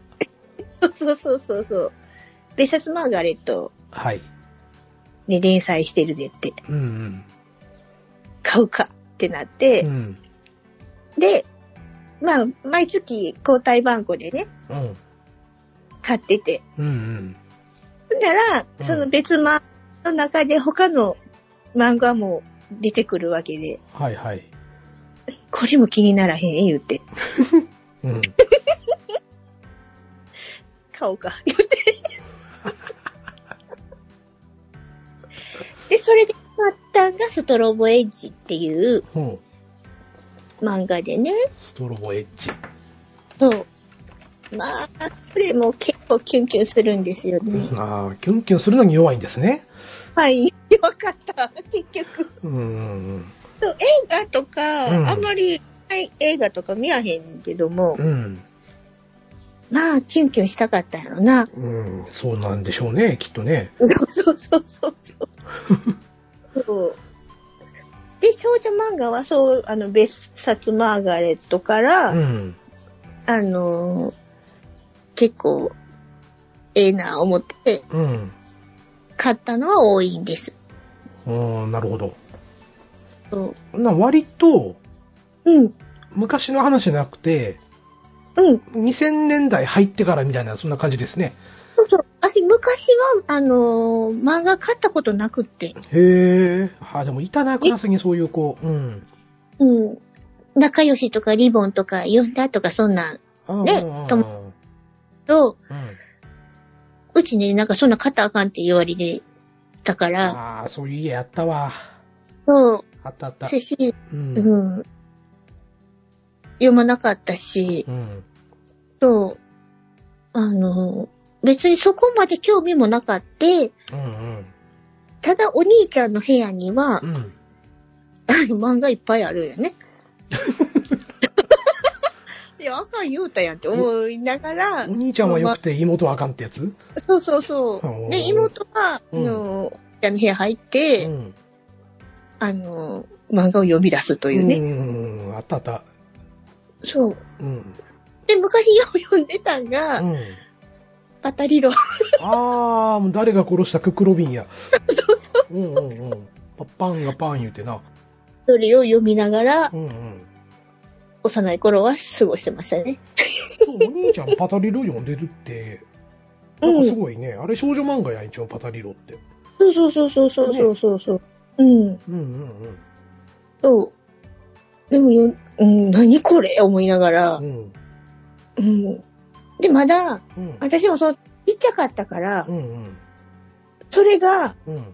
Speaker 1: そうそうそうそう。別冊マーガレット
Speaker 2: はい。
Speaker 1: で連載してるでって、
Speaker 2: うん
Speaker 1: 買うかってなっ
Speaker 2: う
Speaker 1: て、
Speaker 2: ん。うん。
Speaker 1: で、まあ、毎月交代番号でね、
Speaker 2: うん。
Speaker 1: 買ってて。
Speaker 2: うんうん。
Speaker 1: ほんなら、
Speaker 2: うん
Speaker 1: その別漫画の中で他の漫画も出てくるわけで、
Speaker 2: はいはい。
Speaker 1: これも気にならへん、言うて。
Speaker 2: うん。
Speaker 1: 買おうか、言うて。で、それで買ったんがストロボエッジっていう
Speaker 2: ほう。
Speaker 1: 漫画でね。
Speaker 2: ストロボエッジ。
Speaker 1: そう。まあ、これも結構キュンキュンするんですよね。
Speaker 2: ああ、キュンキュンするのに弱いんですね。
Speaker 1: はい。わかった。結局。
Speaker 2: うんうん
Speaker 1: そう映画とか、
Speaker 2: うん
Speaker 1: あんまり、はい、映画とか見やへんねんけども
Speaker 2: う、ん。
Speaker 1: まあ、キュンキュンしたかったんやろな。
Speaker 2: うん。うん。そうなんでしょうね、きっとね。
Speaker 1: そうそうそうそう。そう。で、少女漫画は、そう、あの、別冊マーガレットから、
Speaker 2: うん。
Speaker 1: あのー結構、ええな、思って、
Speaker 2: うん。
Speaker 1: 買ったのは多いんです。
Speaker 2: ああ、なるほど。
Speaker 1: そう。
Speaker 2: な割と、
Speaker 1: うん、
Speaker 2: 昔の話じゃなくて、
Speaker 1: うん。
Speaker 2: 2000年代入ってからみたいな、そんな感じですね。
Speaker 1: そうそう。私、昔は、あのー漫画買ったことなくって。
Speaker 2: へえ。ああ、でもいたな、クラスにそういう子。うん。
Speaker 1: うん。仲良しとかリボンとか読んだとかそんなんねと
Speaker 2: も。
Speaker 1: と、
Speaker 2: うん。
Speaker 1: うちね、なんかそんな買ったらあかんって言われてたから、
Speaker 2: ああ、そういう家やったわ。
Speaker 1: そう、
Speaker 2: あったあった。
Speaker 1: せし、
Speaker 2: うん。うん。
Speaker 1: うん。読まなかったし、そう、あの、別にそこまで興味もなかって、
Speaker 2: うん。
Speaker 1: ただお兄ちゃんの部屋には
Speaker 2: う、ん。
Speaker 1: あの漫画いっぱいあるよね。 いや、あかん言うたやんって思いながら
Speaker 2: お、兄ちゃんは良くて妹はあかんってやつ
Speaker 1: そうそうそ
Speaker 2: おー
Speaker 1: う。で、妹は、あ
Speaker 2: うん
Speaker 1: の、あの部屋入って、
Speaker 2: うん。
Speaker 1: あの、漫画を呼び出すというね。
Speaker 2: うん。あったあった。
Speaker 1: そう。
Speaker 2: うん。
Speaker 1: で、昔よう読んでたんが、
Speaker 2: うん。
Speaker 1: パタリロ。
Speaker 2: ああ、もう誰が殺したクックロビンや。うんうんうん。パパンがパン言うてな。
Speaker 1: それを読みながら、
Speaker 2: うんうん。
Speaker 1: 幼い頃は過ごしてましたね。
Speaker 2: そうお兄ちゃんパタリロ読んでるって、なんかすごいね。あれ少女漫画やん、一応パタリロって。
Speaker 1: そうそうそうそうそうそうそうそう。うん。
Speaker 2: うんうん
Speaker 1: そう。でもよ、うん、何これ思いながら
Speaker 2: う、ん。
Speaker 1: う
Speaker 2: うん。
Speaker 1: ん。で、まだ、
Speaker 2: うん。
Speaker 1: 私もその、ちっちゃかったから
Speaker 2: う、んうん。
Speaker 1: それが、
Speaker 2: うん。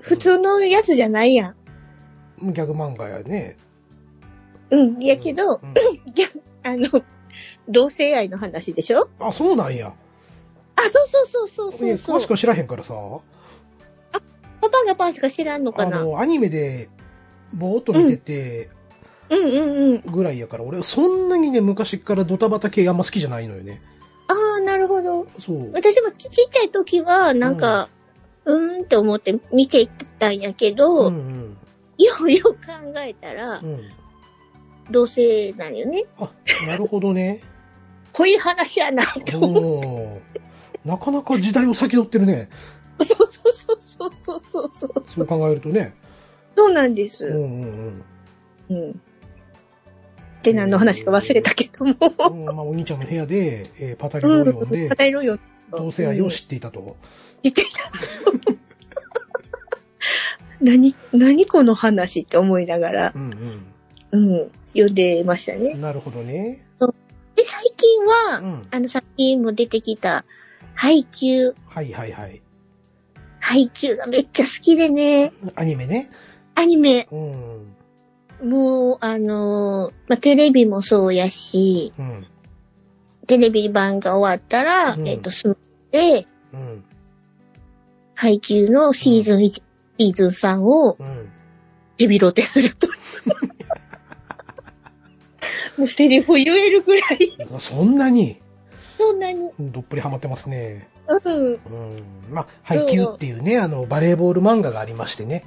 Speaker 1: 普通のやつじゃないやん。
Speaker 2: ギャグ漫画やね。
Speaker 1: うん。やけど、
Speaker 2: うん、
Speaker 1: ギャあの、同性愛の話でしょ
Speaker 2: あ、そうなんや。
Speaker 1: あ、そうそうそう
Speaker 2: い
Speaker 1: そ
Speaker 2: や
Speaker 1: うそ
Speaker 2: 詳
Speaker 1: う
Speaker 2: し
Speaker 1: そ
Speaker 2: く
Speaker 1: う。
Speaker 2: は知らへんからさ。
Speaker 1: パパがパンしか知らんの
Speaker 2: あ
Speaker 1: かな。うん
Speaker 2: の、アニメで、ぼーっと見てて、
Speaker 1: うんうん。
Speaker 2: ぐらいやから、俺、そんなにね、昔からドタバタ系あんま好きじゃないのよね。
Speaker 1: ああ、なるほど。
Speaker 2: そう。
Speaker 1: 私もちちっちゃい時は、なんか、うーんって思って見ていったんやけど、
Speaker 2: うんうん。
Speaker 1: ようよく考えたら
Speaker 2: う、ん。
Speaker 1: 同性なんよね。
Speaker 2: あ、なるほど ね。
Speaker 1: こういう話やなって思う。
Speaker 2: おーなかなか時代を先取ってるね。
Speaker 1: そうそうそうそうそうそう。
Speaker 2: そう考えるとね。
Speaker 1: そうなんで
Speaker 2: うん
Speaker 1: す。
Speaker 2: うん
Speaker 1: うん。って何の話か忘れたけども。
Speaker 2: うん。うんまあ、お兄ちゃんの部屋で、えーパタリロを読んで、
Speaker 1: 答えろよ。
Speaker 2: 同性愛を知っていたと。
Speaker 1: 知ってた。何、何この話って思いながら、
Speaker 2: うんうん。
Speaker 1: うん、読んでましたね。
Speaker 2: なるほどね。
Speaker 1: で、最近は、
Speaker 2: うん。
Speaker 1: あの、さっきも出てきた、配給。
Speaker 2: はいはいはい。
Speaker 1: 配給がめっちゃ好きでね、
Speaker 2: アニメね。
Speaker 1: アニメ、
Speaker 2: うん。
Speaker 1: もう、あのーまあ、テレビもそうやし、
Speaker 2: うん。
Speaker 1: テレビ版が終わったら、
Speaker 2: うん
Speaker 1: えっ、と、スマホで、
Speaker 2: うん。
Speaker 1: 配給のシーズン1、シーズン3を
Speaker 2: うん。
Speaker 1: ヘビロテする と。もうセリフ言えるぐらい、
Speaker 2: そんなに、
Speaker 1: そんなに、
Speaker 2: どっぷりハマってますね。
Speaker 1: うん。
Speaker 2: うん、まあ、配給っていうね、あの、バレーボール漫画がありましてね。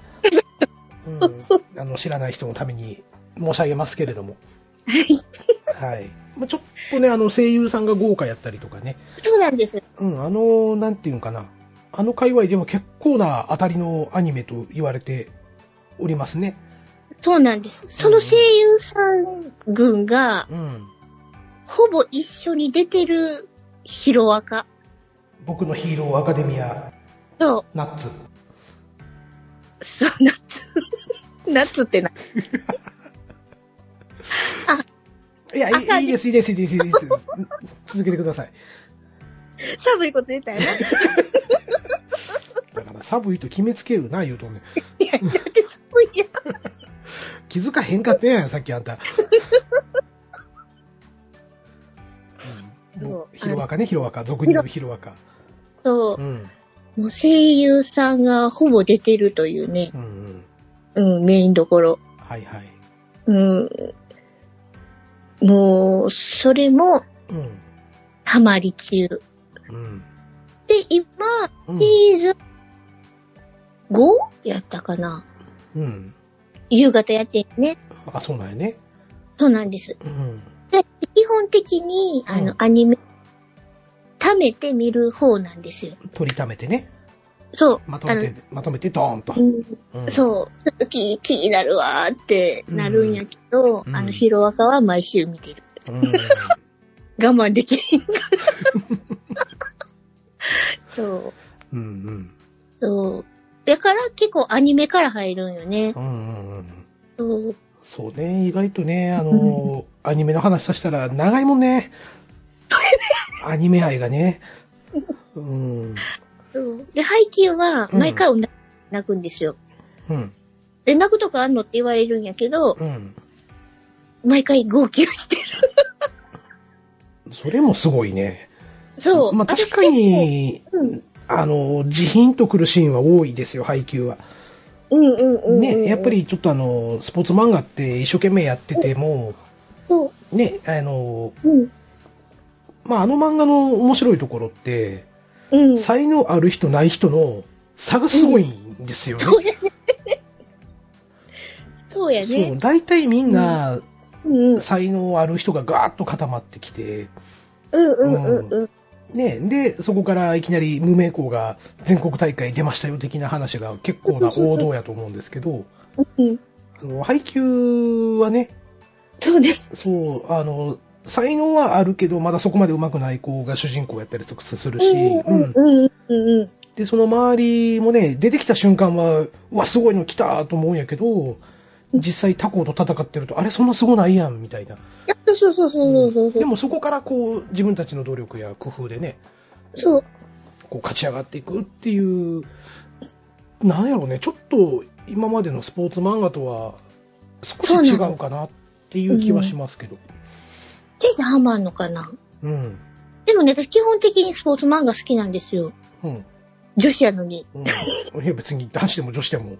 Speaker 2: うん
Speaker 1: そう
Speaker 2: あの、知らない人のために申し上げますけれども。
Speaker 1: はい。
Speaker 2: はい。まあ、ちょっとね、あの、声優さんが豪華やったりとかね。
Speaker 1: そうなんです。
Speaker 2: うん、あの、なんていうのかな。あの界隈でも結構な当たりのアニメと言われておりますね。
Speaker 1: そうなんです。その声優さん群が、
Speaker 2: うん。
Speaker 1: ほぼ一緒に出てるヒロアカ。
Speaker 2: 僕のヒーローアカデミア、
Speaker 1: そ
Speaker 2: ナッツ。
Speaker 1: う、そう、夏。夏ってな。
Speaker 2: いや、い
Speaker 1: 赤
Speaker 2: い
Speaker 1: で
Speaker 2: いいです、いいです、いいです、いいです。続けてください。
Speaker 1: 寒いこと言 ったよな。
Speaker 2: だから、寒いと決めつけるな、言うとんねん。
Speaker 1: いや、だって寒いやん。
Speaker 2: 気づかへんかったやん、さっきあんた。うん
Speaker 1: そう
Speaker 2: ひろわかね、ひろわか。俗に言うひろわか。
Speaker 1: そうう。
Speaker 2: ん。
Speaker 1: もう声優さんがほぼ出てるというね
Speaker 2: う。んうん。
Speaker 1: うん、メインどころ。
Speaker 2: はいはい。
Speaker 1: うん。もう、それも、
Speaker 2: うん。
Speaker 1: ハマり中。
Speaker 2: うん。
Speaker 1: で、今、
Speaker 2: うん
Speaker 1: シーズン 5? やったかな
Speaker 2: うん。
Speaker 1: 夕方やってんね。
Speaker 2: あ、そうなんやね。
Speaker 1: そうなんです。
Speaker 2: うん。
Speaker 1: で、基本的に、あの、
Speaker 2: うん
Speaker 1: アニメ、貯めて見る方なんですよ。
Speaker 2: 取りためてね。
Speaker 1: そう。
Speaker 2: まとめて、まとめてドーンと
Speaker 1: あ。のうん
Speaker 2: うん
Speaker 1: そう。気、気になるわーってなるんやけど、
Speaker 2: うん
Speaker 1: あの、ヒロアカは毎週見てる。
Speaker 2: うん。
Speaker 1: 我慢できへんから。そう。
Speaker 2: うん
Speaker 1: そう。だから結構アニメから入るんよね
Speaker 2: うん。う。んうん
Speaker 1: そ
Speaker 2: うん。
Speaker 1: う。
Speaker 2: そうね、意外とね、あのー、アニメの話させたら長いもんね。アニメ愛がね。うん。
Speaker 1: そうで、配給は毎回同じ泣くんですよ。
Speaker 2: うん。
Speaker 1: で、泣くとかあんのって言われるんやけど、
Speaker 2: うん。
Speaker 1: 毎回号泣してる。
Speaker 2: それもすごいね。
Speaker 1: そう。
Speaker 2: まあ
Speaker 1: れ
Speaker 2: 確かに、
Speaker 1: 結構。うん
Speaker 2: あの、自品と来るシーンは多いですよ、配給は。
Speaker 1: うんうんうんうん。
Speaker 2: ね、やっぱ。りちょっとあの、スポーツ漫画って一生懸命やってても、
Speaker 1: そ
Speaker 2: ね、あの、
Speaker 1: う。うん。
Speaker 2: まああの漫画の面白いところって、
Speaker 1: うん。
Speaker 2: 才能ある人ない人の差がすごいんですよね。
Speaker 1: そうやね。そうや
Speaker 2: そう、
Speaker 1: ね。
Speaker 2: 大体みんな、
Speaker 1: うんうん
Speaker 2: 才能ある人がガーッと固まってきて、
Speaker 1: うんうんうん。
Speaker 2: ね、で、そこからいきなり無名校が全国大会出ましたよ的な話が結構な王道やと思うんですけど、
Speaker 1: うん。
Speaker 2: あの配給はね、
Speaker 1: そうね。
Speaker 2: そう、あの、才能はあるけど、まだそこまで上手くない子が主人公やったりとかするし、
Speaker 1: うんうんうんうん。
Speaker 2: で、その周りもね、出てきた瞬間は、うわ、すごいの来たと思うんやけど、実際他校と戦ってると、あれ、そんなすごないやん、みたいな。
Speaker 1: そうそうそうそうそうそ
Speaker 2: で
Speaker 1: う。
Speaker 2: もそこからこう、自分たちの努力や工夫でね、
Speaker 1: そう。
Speaker 2: こう勝ち上がっていくっていう、なんやろうね、ちょっと今までのスポーツ漫画とは少し違うかなっていう気はしますけど。
Speaker 1: 先生ハマんのかな
Speaker 2: うん。
Speaker 1: でもね、私基本的にスポーツ漫画好きなんですよ。
Speaker 2: うん。
Speaker 1: 女子やのに。
Speaker 2: うん。い や別に男子でも女子でも。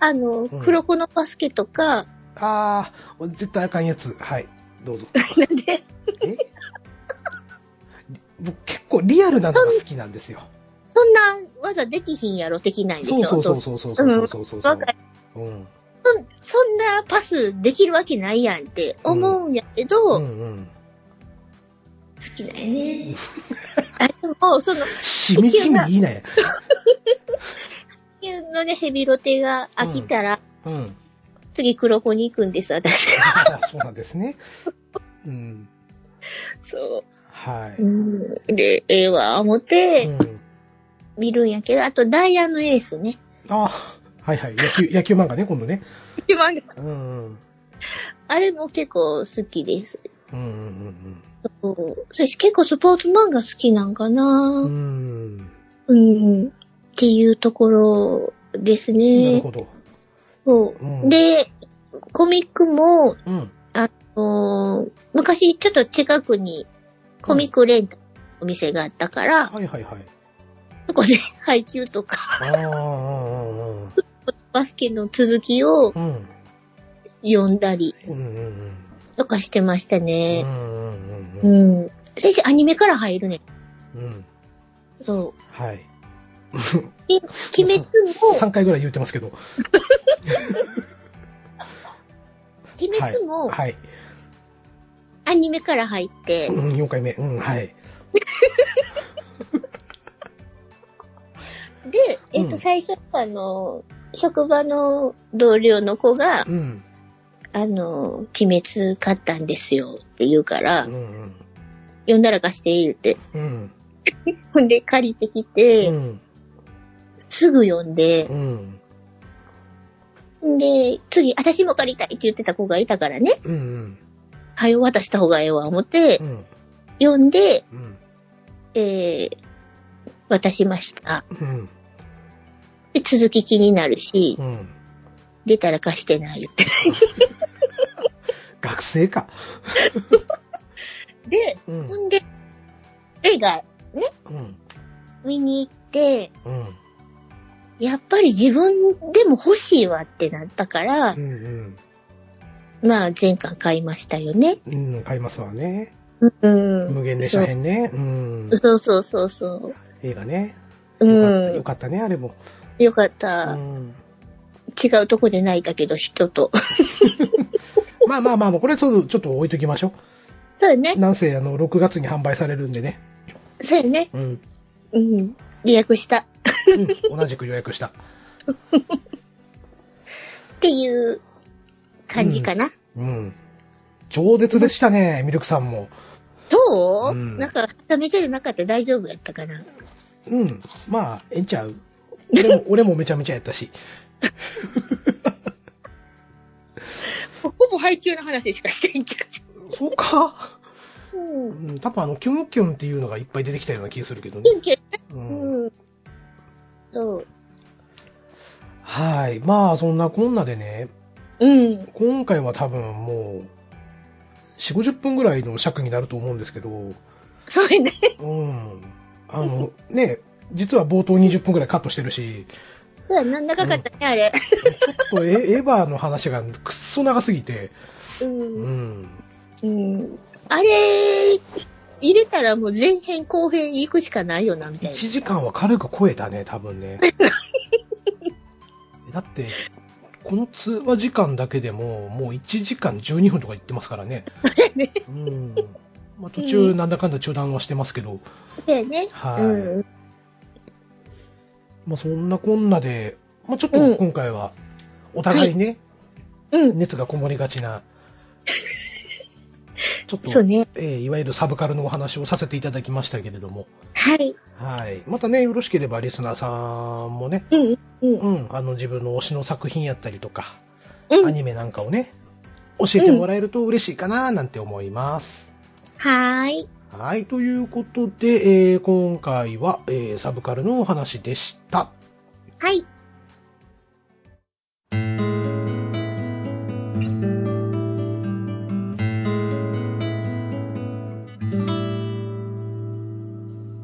Speaker 1: あの、
Speaker 2: ん
Speaker 1: 黒子のバスケとか、
Speaker 2: ああ、絶対あかんやつ。はい。どうぞ。
Speaker 1: なんで、
Speaker 2: え 僕結構リアルなのが好きなんですよ。
Speaker 1: そんな技できひんやろ、できないでし
Speaker 2: そう
Speaker 1: ょ。
Speaker 2: そうそう
Speaker 1: と
Speaker 2: そうそうそうそうそうそう
Speaker 1: わか。
Speaker 2: うん。
Speaker 1: そんそんなパスできるわけないやんって思うんやけど、
Speaker 2: う
Speaker 1: 好
Speaker 2: んうん。
Speaker 1: きだよね。 あでも、その、
Speaker 2: しみじみいいね。
Speaker 1: 野球のね、ヘビロテが飽きたら、
Speaker 2: うん。
Speaker 1: 次黒子に行くんです、私は。
Speaker 2: あそうなんですね。うん。
Speaker 1: そ
Speaker 2: は
Speaker 1: う。
Speaker 2: い。
Speaker 1: うん、で、ええわ、思っ
Speaker 2: う
Speaker 1: て
Speaker 2: ん、
Speaker 1: 見るんやけど、あとダイヤのエースね。
Speaker 2: あはいはい。野球、野球漫画ね、今度ね。
Speaker 1: 一番
Speaker 2: うんうん。
Speaker 1: あれも結構好きです。
Speaker 2: うんうん
Speaker 1: そう。そして結構スポーツ漫画好きなんか
Speaker 2: うんうん。う
Speaker 1: な、
Speaker 2: ん。
Speaker 1: うん、っていうところです
Speaker 2: なる
Speaker 1: ね。
Speaker 2: ほど。
Speaker 1: そうう。
Speaker 2: ん
Speaker 1: で、コミックも、
Speaker 2: うん。
Speaker 1: おー昔ちょっと近くにコミックレンタルのお店があったから、
Speaker 2: はいはいはい。
Speaker 1: そこで配給とか
Speaker 2: ああ、うんうんうん。
Speaker 1: バスケの続きを
Speaker 2: うん。
Speaker 1: 読んだり
Speaker 2: うんうんうん。
Speaker 1: とかしてました
Speaker 2: うんう
Speaker 1: ね。
Speaker 2: んうんう
Speaker 1: うんん。先生アニメから入るね。
Speaker 2: うん。
Speaker 1: そ
Speaker 2: はい。
Speaker 1: う。い鬼滅も、
Speaker 2: 3回ぐらい言ってますけど。
Speaker 1: 鬼滅も
Speaker 2: はい。
Speaker 1: アニメから入って、
Speaker 2: うん、4回目。うん、はい。
Speaker 1: で、えっ、
Speaker 2: う
Speaker 1: と、
Speaker 2: ん
Speaker 1: 最初、あの、職場の同僚の子が、
Speaker 2: うん。
Speaker 1: あの、鬼滅買ったんですよって言うから、
Speaker 2: うん、うん。
Speaker 1: 読んだら貸して言うて、
Speaker 2: うん。
Speaker 1: ほんで借りてきて、
Speaker 2: うん。
Speaker 1: すぐ読んで
Speaker 2: う、ん。
Speaker 1: んで、次、私も借りたいって言ってた子がいたからね、
Speaker 2: うん。うん。
Speaker 1: はい、渡した方がええわ、思って
Speaker 2: う、ん。
Speaker 1: 読んで、
Speaker 2: うん。
Speaker 1: えー、渡しました。
Speaker 2: うん。
Speaker 1: で、続き気になるし、
Speaker 2: うん。
Speaker 1: 出たら貸してないって。
Speaker 2: 学生か。
Speaker 1: で、
Speaker 2: うん。
Speaker 1: ほんで、映画
Speaker 2: うん。
Speaker 1: 見に行って、
Speaker 2: うん。
Speaker 1: やっぱり自分でも欲しいわってなったから
Speaker 2: う、ん。
Speaker 1: まあ前回買いましたよね。
Speaker 2: うん。うん。買いますわね。
Speaker 1: うん。
Speaker 2: 無限列車編ね。うん。
Speaker 1: そうそうそうそ
Speaker 2: 映画ね。
Speaker 1: う。
Speaker 2: よかった
Speaker 1: う
Speaker 2: よ
Speaker 1: ん。
Speaker 2: かったね、あれも。
Speaker 1: よかっ
Speaker 2: う
Speaker 1: た。
Speaker 2: ん。
Speaker 1: 違うとこで泣いたけど、人と。
Speaker 2: まあまあまあ、これちょっとちょっと置いときましょ
Speaker 1: そうよ
Speaker 2: う。
Speaker 1: ね。
Speaker 2: なんせ、あの、6月に販売されるんでね。
Speaker 1: そうよね。
Speaker 2: うん。
Speaker 1: うん。予約した。
Speaker 2: うん同じく予約した。
Speaker 1: っていう感じかな。
Speaker 2: うん。超絶でしたね、ミルクさんも。
Speaker 1: そう、
Speaker 2: うん
Speaker 1: なんか、ダメじゃなかった大丈夫やったかな。
Speaker 2: うん。まあ、ええんちゃう。俺も、 俺もめちゃめちゃやったし。
Speaker 1: ほぼ配給の話しかしてんけ
Speaker 2: そうか。
Speaker 1: ど。う。
Speaker 2: うんん、多分あの、キュンキュンっていうのがいっぱい出てきたような気がするけどね
Speaker 1: キ。ュンキュン
Speaker 2: うん。
Speaker 1: うん。そう。
Speaker 2: はい。まあ、そんなこんなでね、
Speaker 1: うん。
Speaker 2: 今回は多分もう、4、50分ぐらいの尺になると思うんですけど、
Speaker 1: そうやね。
Speaker 2: うん。あの、ね、実は冒頭20分ぐらいカットしてる し、
Speaker 1: そうや、なんだかかったね、あれ。
Speaker 2: ちょっとエエヴァの話がくっそ長すぎて、
Speaker 1: うん
Speaker 2: う。ん。
Speaker 1: うんあれ、入れたらもう前編後編行くしかないよな、みたいな。
Speaker 2: 1時間は軽く超えたね、多分ね。だって、この通話時間だけでも、もう1時間12分とか言ってますからね。
Speaker 1: ね
Speaker 2: うん。まあ、途中、なんだかんだ中断はしてますけど、
Speaker 1: そうやね。
Speaker 2: はい。
Speaker 1: うん。
Speaker 2: まあ、そんなこんなで、まあ、ちょっと
Speaker 1: うん
Speaker 2: 今回は、お互いね、
Speaker 1: うん。
Speaker 2: 熱がこもりがち な、ちょっと、
Speaker 1: そうね。
Speaker 2: えーいわゆるサブカルのお話をさせていただきましたけれども、
Speaker 1: はい。
Speaker 2: はい。またね、よろしければリスナーさんもね、
Speaker 1: うん。うん。
Speaker 2: うん、あの自分の推しの作品やったりとか、
Speaker 1: う
Speaker 2: ア
Speaker 1: ん。
Speaker 2: ニメなんかをね、教えてもらえると嬉しいかななんて思います。
Speaker 1: はーい。
Speaker 2: はい、ということで、えー今回は、えーサブカルのお話でした。
Speaker 1: はい。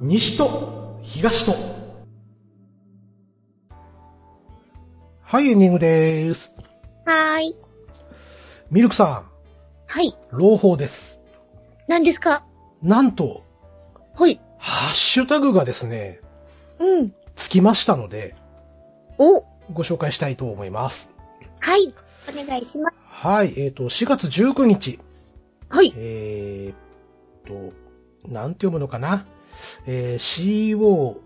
Speaker 2: 西と東と。はい、エンディングです。
Speaker 1: はーい。
Speaker 2: ミルクさ
Speaker 1: はい。
Speaker 2: ん、朗報です。
Speaker 1: 何ですか
Speaker 2: なんと、
Speaker 1: ほい。
Speaker 2: ハッシュタグがですね、
Speaker 1: うん。
Speaker 2: つきましたので、
Speaker 1: お。
Speaker 2: ご紹介したいと思います。
Speaker 1: はい。お願いします。
Speaker 2: はい、えっ、と、4月19日、
Speaker 1: はい。
Speaker 2: えー、と、なんて読むのかなえー、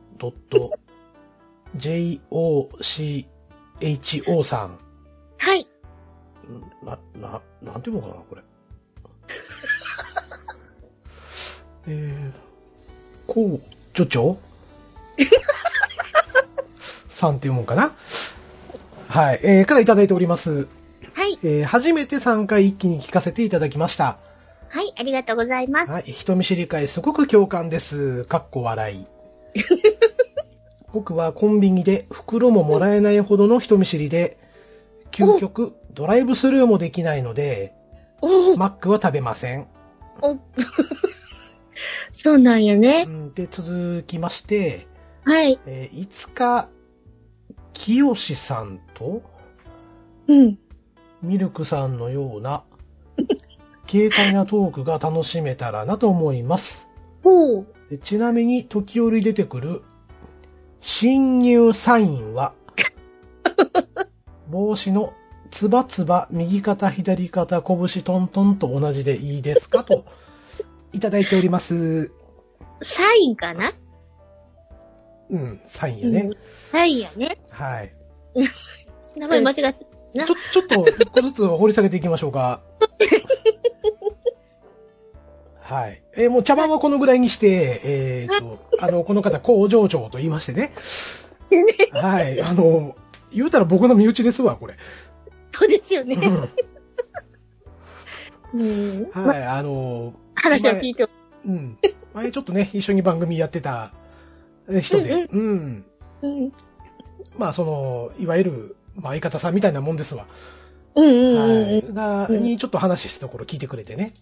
Speaker 2: co.jocho さん。
Speaker 1: はい。
Speaker 2: な、な、なんて読むのかなこれ。 えー、こう、ちょちょ さんって読むんかなはい。えー、からいただいております。
Speaker 1: はい。
Speaker 2: えー、初めて3回一気に聞かせていただきました。
Speaker 1: はい。ありがとうございます。
Speaker 2: はい、人見知り会すごく共感です。かっこ笑い。僕はコンビニで袋ももらえないほどの人見知りで、究極ドライブスルーもできないので、
Speaker 1: おー
Speaker 2: マックは食べません。
Speaker 1: お。そうなんやね
Speaker 2: う。んで、続きまして、
Speaker 1: はい。
Speaker 2: えーいつか、清さんと
Speaker 1: うん。
Speaker 2: ミルクさんのような、軽快なトークが楽しめたらなと思います。
Speaker 1: おー。
Speaker 2: でちなみに時折出てくる侵入サイ ンは、帽子のつばつば右肩左肩拳トントンと同じでいいですかと、いただいております。
Speaker 1: サインかな
Speaker 2: うん、サインやね。
Speaker 1: うんサインやね。
Speaker 2: はい。
Speaker 1: 名前間違って
Speaker 2: ち
Speaker 1: な
Speaker 2: ょ、ちょっと一個ずつ掘り下げていきましょ うか。はい。えーもう茶番はこのぐらいにして、えーと、あの、この方、工場長と言いまし てね。はい。あの、言うたら僕の身内ですわ、これ。
Speaker 1: そうですよね。
Speaker 2: う
Speaker 1: うん。
Speaker 2: ん
Speaker 1: ま
Speaker 2: はい。あの、
Speaker 1: 話を聞いて、
Speaker 2: うん。前ちょっとね、一緒に番組やってたえ人で、うん。
Speaker 1: うん。
Speaker 2: まあ、その、いわゆる、まあ、相方さんみたいなもんですわ。
Speaker 1: うんうんうん
Speaker 2: は
Speaker 1: うん。
Speaker 2: い。が、
Speaker 1: うん
Speaker 2: にちょっと話したところ聞いてくれてね。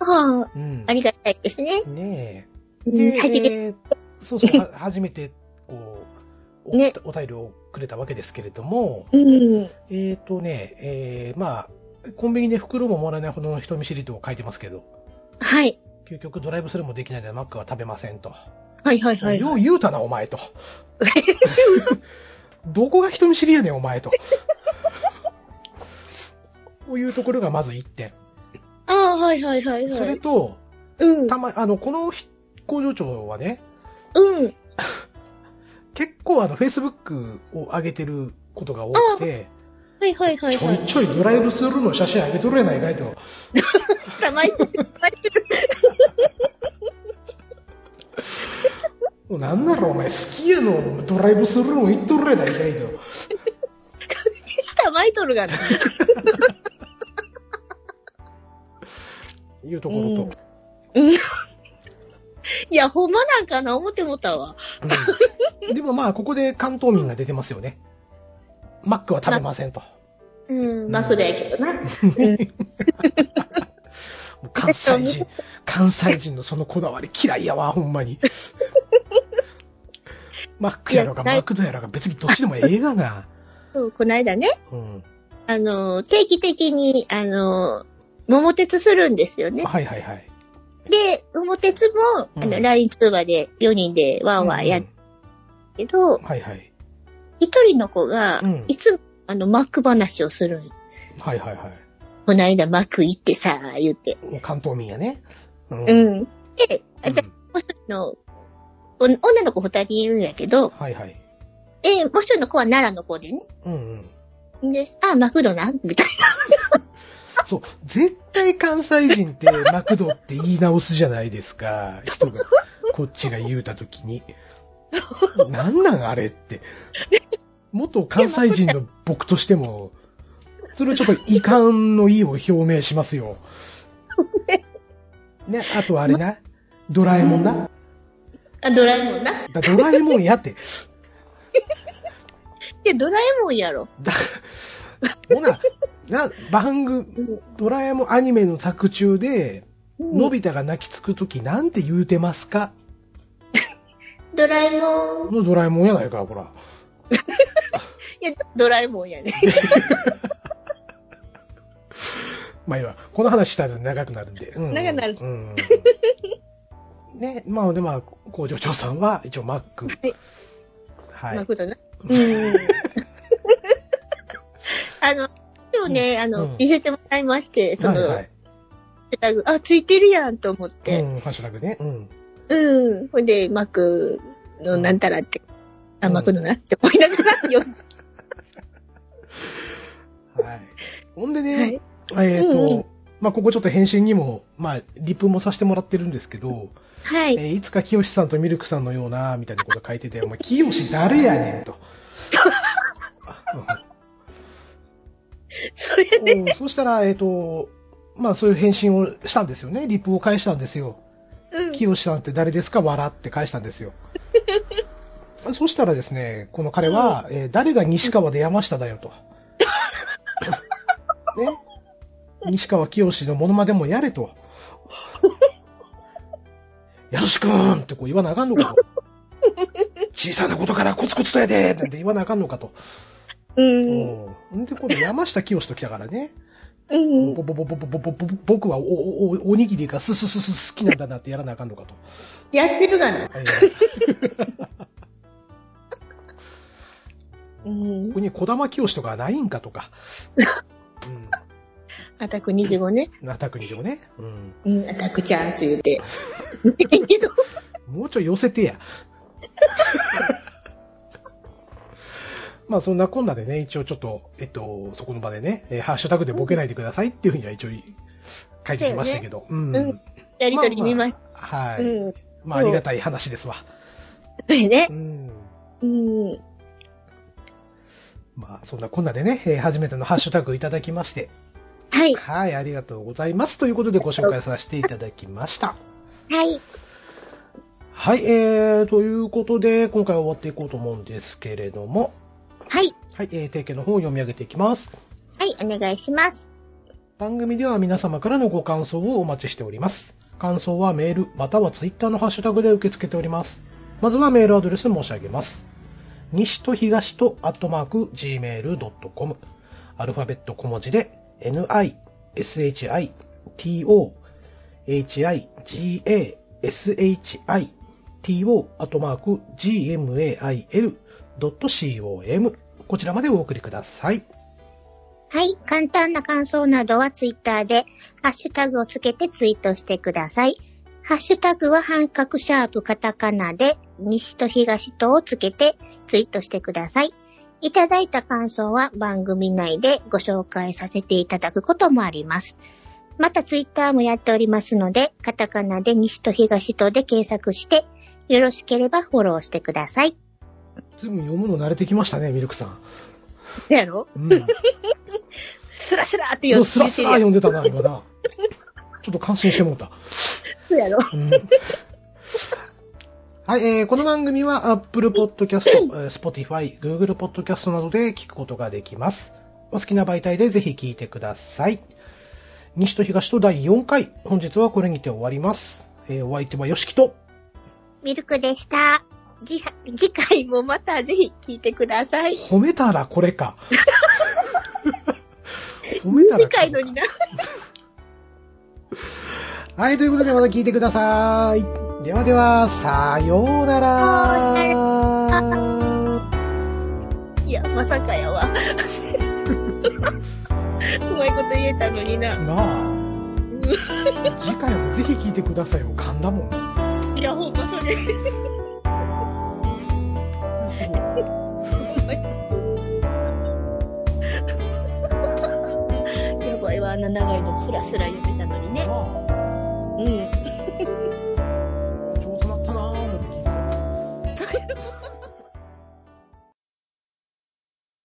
Speaker 1: ああ、
Speaker 2: うん
Speaker 1: あ。りがたいですね。
Speaker 2: ねえ。
Speaker 1: うん初めて。
Speaker 2: えーそうそう、は 初めて、こう、お,、
Speaker 1: ね
Speaker 2: お便りをくれたわけですけれども、
Speaker 1: うん。
Speaker 2: えっ、とね、えーまあ、コンビニで袋ももらえないほどの人見知りと書いてますけど、
Speaker 1: はい。
Speaker 2: 究極ドライブスルーもできないのでマックは食べませんと。
Speaker 1: はいはいはい。
Speaker 2: よう言うたな、お前と。どこが人見知りやねん、お前と。 こういうところがまず1点。
Speaker 1: ああ、はいはいはいはい。
Speaker 2: それと、
Speaker 1: うん。
Speaker 2: たま、あの、このひ工場長はね、
Speaker 1: うん。
Speaker 2: 結構あの、Facebook を上げてることが多くて、
Speaker 1: はいはいはい
Speaker 2: ち
Speaker 1: は
Speaker 2: ょい
Speaker 1: い。
Speaker 2: ちょいドライブスルーの写真上げとるやないかいと。
Speaker 1: たまに、
Speaker 2: もうなんならお前好きやの、ドライブスルーも行っとるやないかいと。
Speaker 1: たまにとるがな。
Speaker 2: いうところと。
Speaker 1: うんいや、ほんまなんかな、思ってもたわ。
Speaker 2: うんでもまあ、ここで関東民が出てますよね。マックは食べませんと。
Speaker 1: うん、マクドやけどな。
Speaker 2: もう関西人、関西人のそのこだわり嫌いやわ、ほんまに。マックやろが
Speaker 1: いや
Speaker 2: マ
Speaker 1: 嫌い
Speaker 2: クドやろが別にどっちでもええがな。
Speaker 1: そう、こないだね、
Speaker 2: うん。
Speaker 1: あの、定期的に、あの、桃鉄するんですよね。
Speaker 2: はいはいはい。
Speaker 1: で、桃鉄も、あ
Speaker 2: う
Speaker 1: の、
Speaker 2: ん
Speaker 1: LINE 通話で4人でワンワンやるけど
Speaker 2: うん、はいはい。
Speaker 1: 一、人の子が
Speaker 2: うん、
Speaker 1: いつも、あの、マック話をするんよ
Speaker 2: はいはいはい。
Speaker 1: こないだマック行ってさ、言って。
Speaker 2: もう関東民やね。う
Speaker 1: う
Speaker 2: んうん
Speaker 1: ん。で、私もう一人の、お女の子二人いるんやけど、
Speaker 2: はいはい。
Speaker 1: え、もう一人の子は奈良の子でね。
Speaker 2: うんうん。
Speaker 1: で、あ、マクドなみたい
Speaker 2: そう、絶対関西人ってマクドって言い直すじゃないですか。人が、こっちが言うたときに。なんなんあれって。元関西人の僕としても、それはちょっと遺憾の意を表明しますよ。ね、あとあれな。ドラえもんな。
Speaker 1: な。あ、ドラえもんな。
Speaker 2: だドラえもんやって。
Speaker 1: で、ドラえもんやろ。
Speaker 2: だ、 ほな、な、番組、ドラえもんアニメの作中で、のび太が泣きつくときなんて言うてますか
Speaker 1: ドラえもん。
Speaker 2: のドラえもんやないか、ほら。
Speaker 1: いや、ドラえもんやね。
Speaker 2: まあいいわ。この話したら長くなるんで。うん
Speaker 1: 長くなる
Speaker 2: うん。ね、まあでまあ、工場長さんは一応マック。
Speaker 1: い
Speaker 2: はい。
Speaker 1: マクドな。うん。 あの、今日ね、あ
Speaker 2: う
Speaker 1: の
Speaker 2: ん、
Speaker 1: 見せてもらいまして、その、
Speaker 2: はい
Speaker 1: ハッシュタグ、あ、ついてるやんと思っ
Speaker 2: はい、
Speaker 1: て。
Speaker 2: うん、ハッシュタグね。うん。
Speaker 1: うん。ほんで、マクのなんたらって、あ、
Speaker 2: うん
Speaker 1: マクドなって思いながら読 んで
Speaker 2: はい。ほんで
Speaker 1: は
Speaker 2: ね
Speaker 1: い、
Speaker 2: えっと、
Speaker 1: うんうん
Speaker 2: まあここちょっと返信にも、まあ、リプもさせてもらってるんですけど、
Speaker 1: はい。
Speaker 2: えーいつか清さんとミルクさんのような、みたいなこと書いてて、お前、清誰やねんと。
Speaker 1: それで、
Speaker 2: うんそうしたら、えっ、と、まあそういう返信をしたんですよね。リプを返したんですよ。
Speaker 1: うん。
Speaker 2: 清さんって誰ですか笑って返したんですよ。そしたらですね、この彼は、えー誰が西川で山下だよと。ね。西川清のモノマネもやれと。やすしくんってこう言わなあかんのかと。小さなことからコツコツとやでなんて言わなあかんのかと。
Speaker 1: う。
Speaker 2: うんん。で、今度山下清と来たからね。
Speaker 1: うん。
Speaker 2: ぼぼぼぼぼぼぼぼぼ僕はおおおおにぎりがすすすす好きなんだなってやらなあかんのかと。
Speaker 1: やってるがな。
Speaker 2: はい
Speaker 1: うん
Speaker 2: こ。こに小玉清とかないんかとか。う
Speaker 1: アタック25ね。
Speaker 2: ん。アタック25ね。うん。
Speaker 1: うん、アタックチャンス言うて。 けど、
Speaker 2: もうちょい寄せてや。 まあそんなこんなでね、一応ちょっと、えっと、そこの場でね、えーハッシュタグでボケないでくださいっていうふうには一応書いてきましたけど。うん。
Speaker 1: うんやりとり見まし
Speaker 2: ああはい。
Speaker 1: うん。
Speaker 2: まあありがたい話ですわ。
Speaker 1: それね
Speaker 2: う。ん。
Speaker 1: うん。
Speaker 2: まあそんなこんなでね、えー初めてのハッシュタグいただきまして、
Speaker 1: はい。
Speaker 2: はい、ありがとうございます。ということでご紹介させていただきました。
Speaker 1: はい。
Speaker 2: はい、えー、ということで、今回は終わっていこうと思うんですけれども、
Speaker 1: はい。
Speaker 2: はい、えー、提携の方を読み上げていきます。
Speaker 1: はい、お願いします。
Speaker 2: 番組では皆様からのご感想をお待ちしております。感想はメール、またはツイッターのハッシュタグで受け付けております。まずはメールアドレス申し上げます。西と東と、アットマーク、gmail.com。アルファベット小文字で、ni, shi, to, hi, ga, shi, to, アットマーク、gmail.com。こちらまでお送りください。
Speaker 1: はい。簡単な感想などはツイッターで、ハッシュタグをつけてツイートしてください。ハッシュタグは半角シャープカタカナで、西と東とをつけてツイートしてください。いただいた感想は番組内でご紹介させていただくこともあります。またツイッターもやっておりますので、カタカナで西と東とで検索して、よろしければフォローしてください。
Speaker 2: ずいぶん読むの慣れてきましたね、ミルクさん。
Speaker 1: やろ
Speaker 2: うん。
Speaker 1: スラスラって
Speaker 2: もうスラスラ読んでたな、今な。ちょっと感心してもうた。
Speaker 1: そうやろ
Speaker 2: うんはい、えーこの番組は Apple Podcast、えー Spotify、Google Podcast などで聞くことができます。お好きな媒体でぜひ聞いてください。西と東と第4回、本日はこれにて終わります。えーお相手はよしきと、
Speaker 1: ミルクでした。次次回もまたぜひ聞いてください。
Speaker 2: 褒めたらこ れか。褒めたらこ
Speaker 1: 短
Speaker 2: れ
Speaker 1: いのに
Speaker 2: か。
Speaker 1: な。
Speaker 2: はい、ということでまた聞いてください。ではでは、さような
Speaker 1: さ
Speaker 2: ら。
Speaker 1: いや、まさかやわ。うまいこと言えたのにな。
Speaker 2: なあ次回もぜひ聞いてくださいよ噛んだもんな
Speaker 1: いや、ほんとそれ。やばいわ、あんな長いのスラスラ言ってたのにね。
Speaker 2: あ
Speaker 1: うん。
Speaker 2: 上手なったなあ思って聞いてた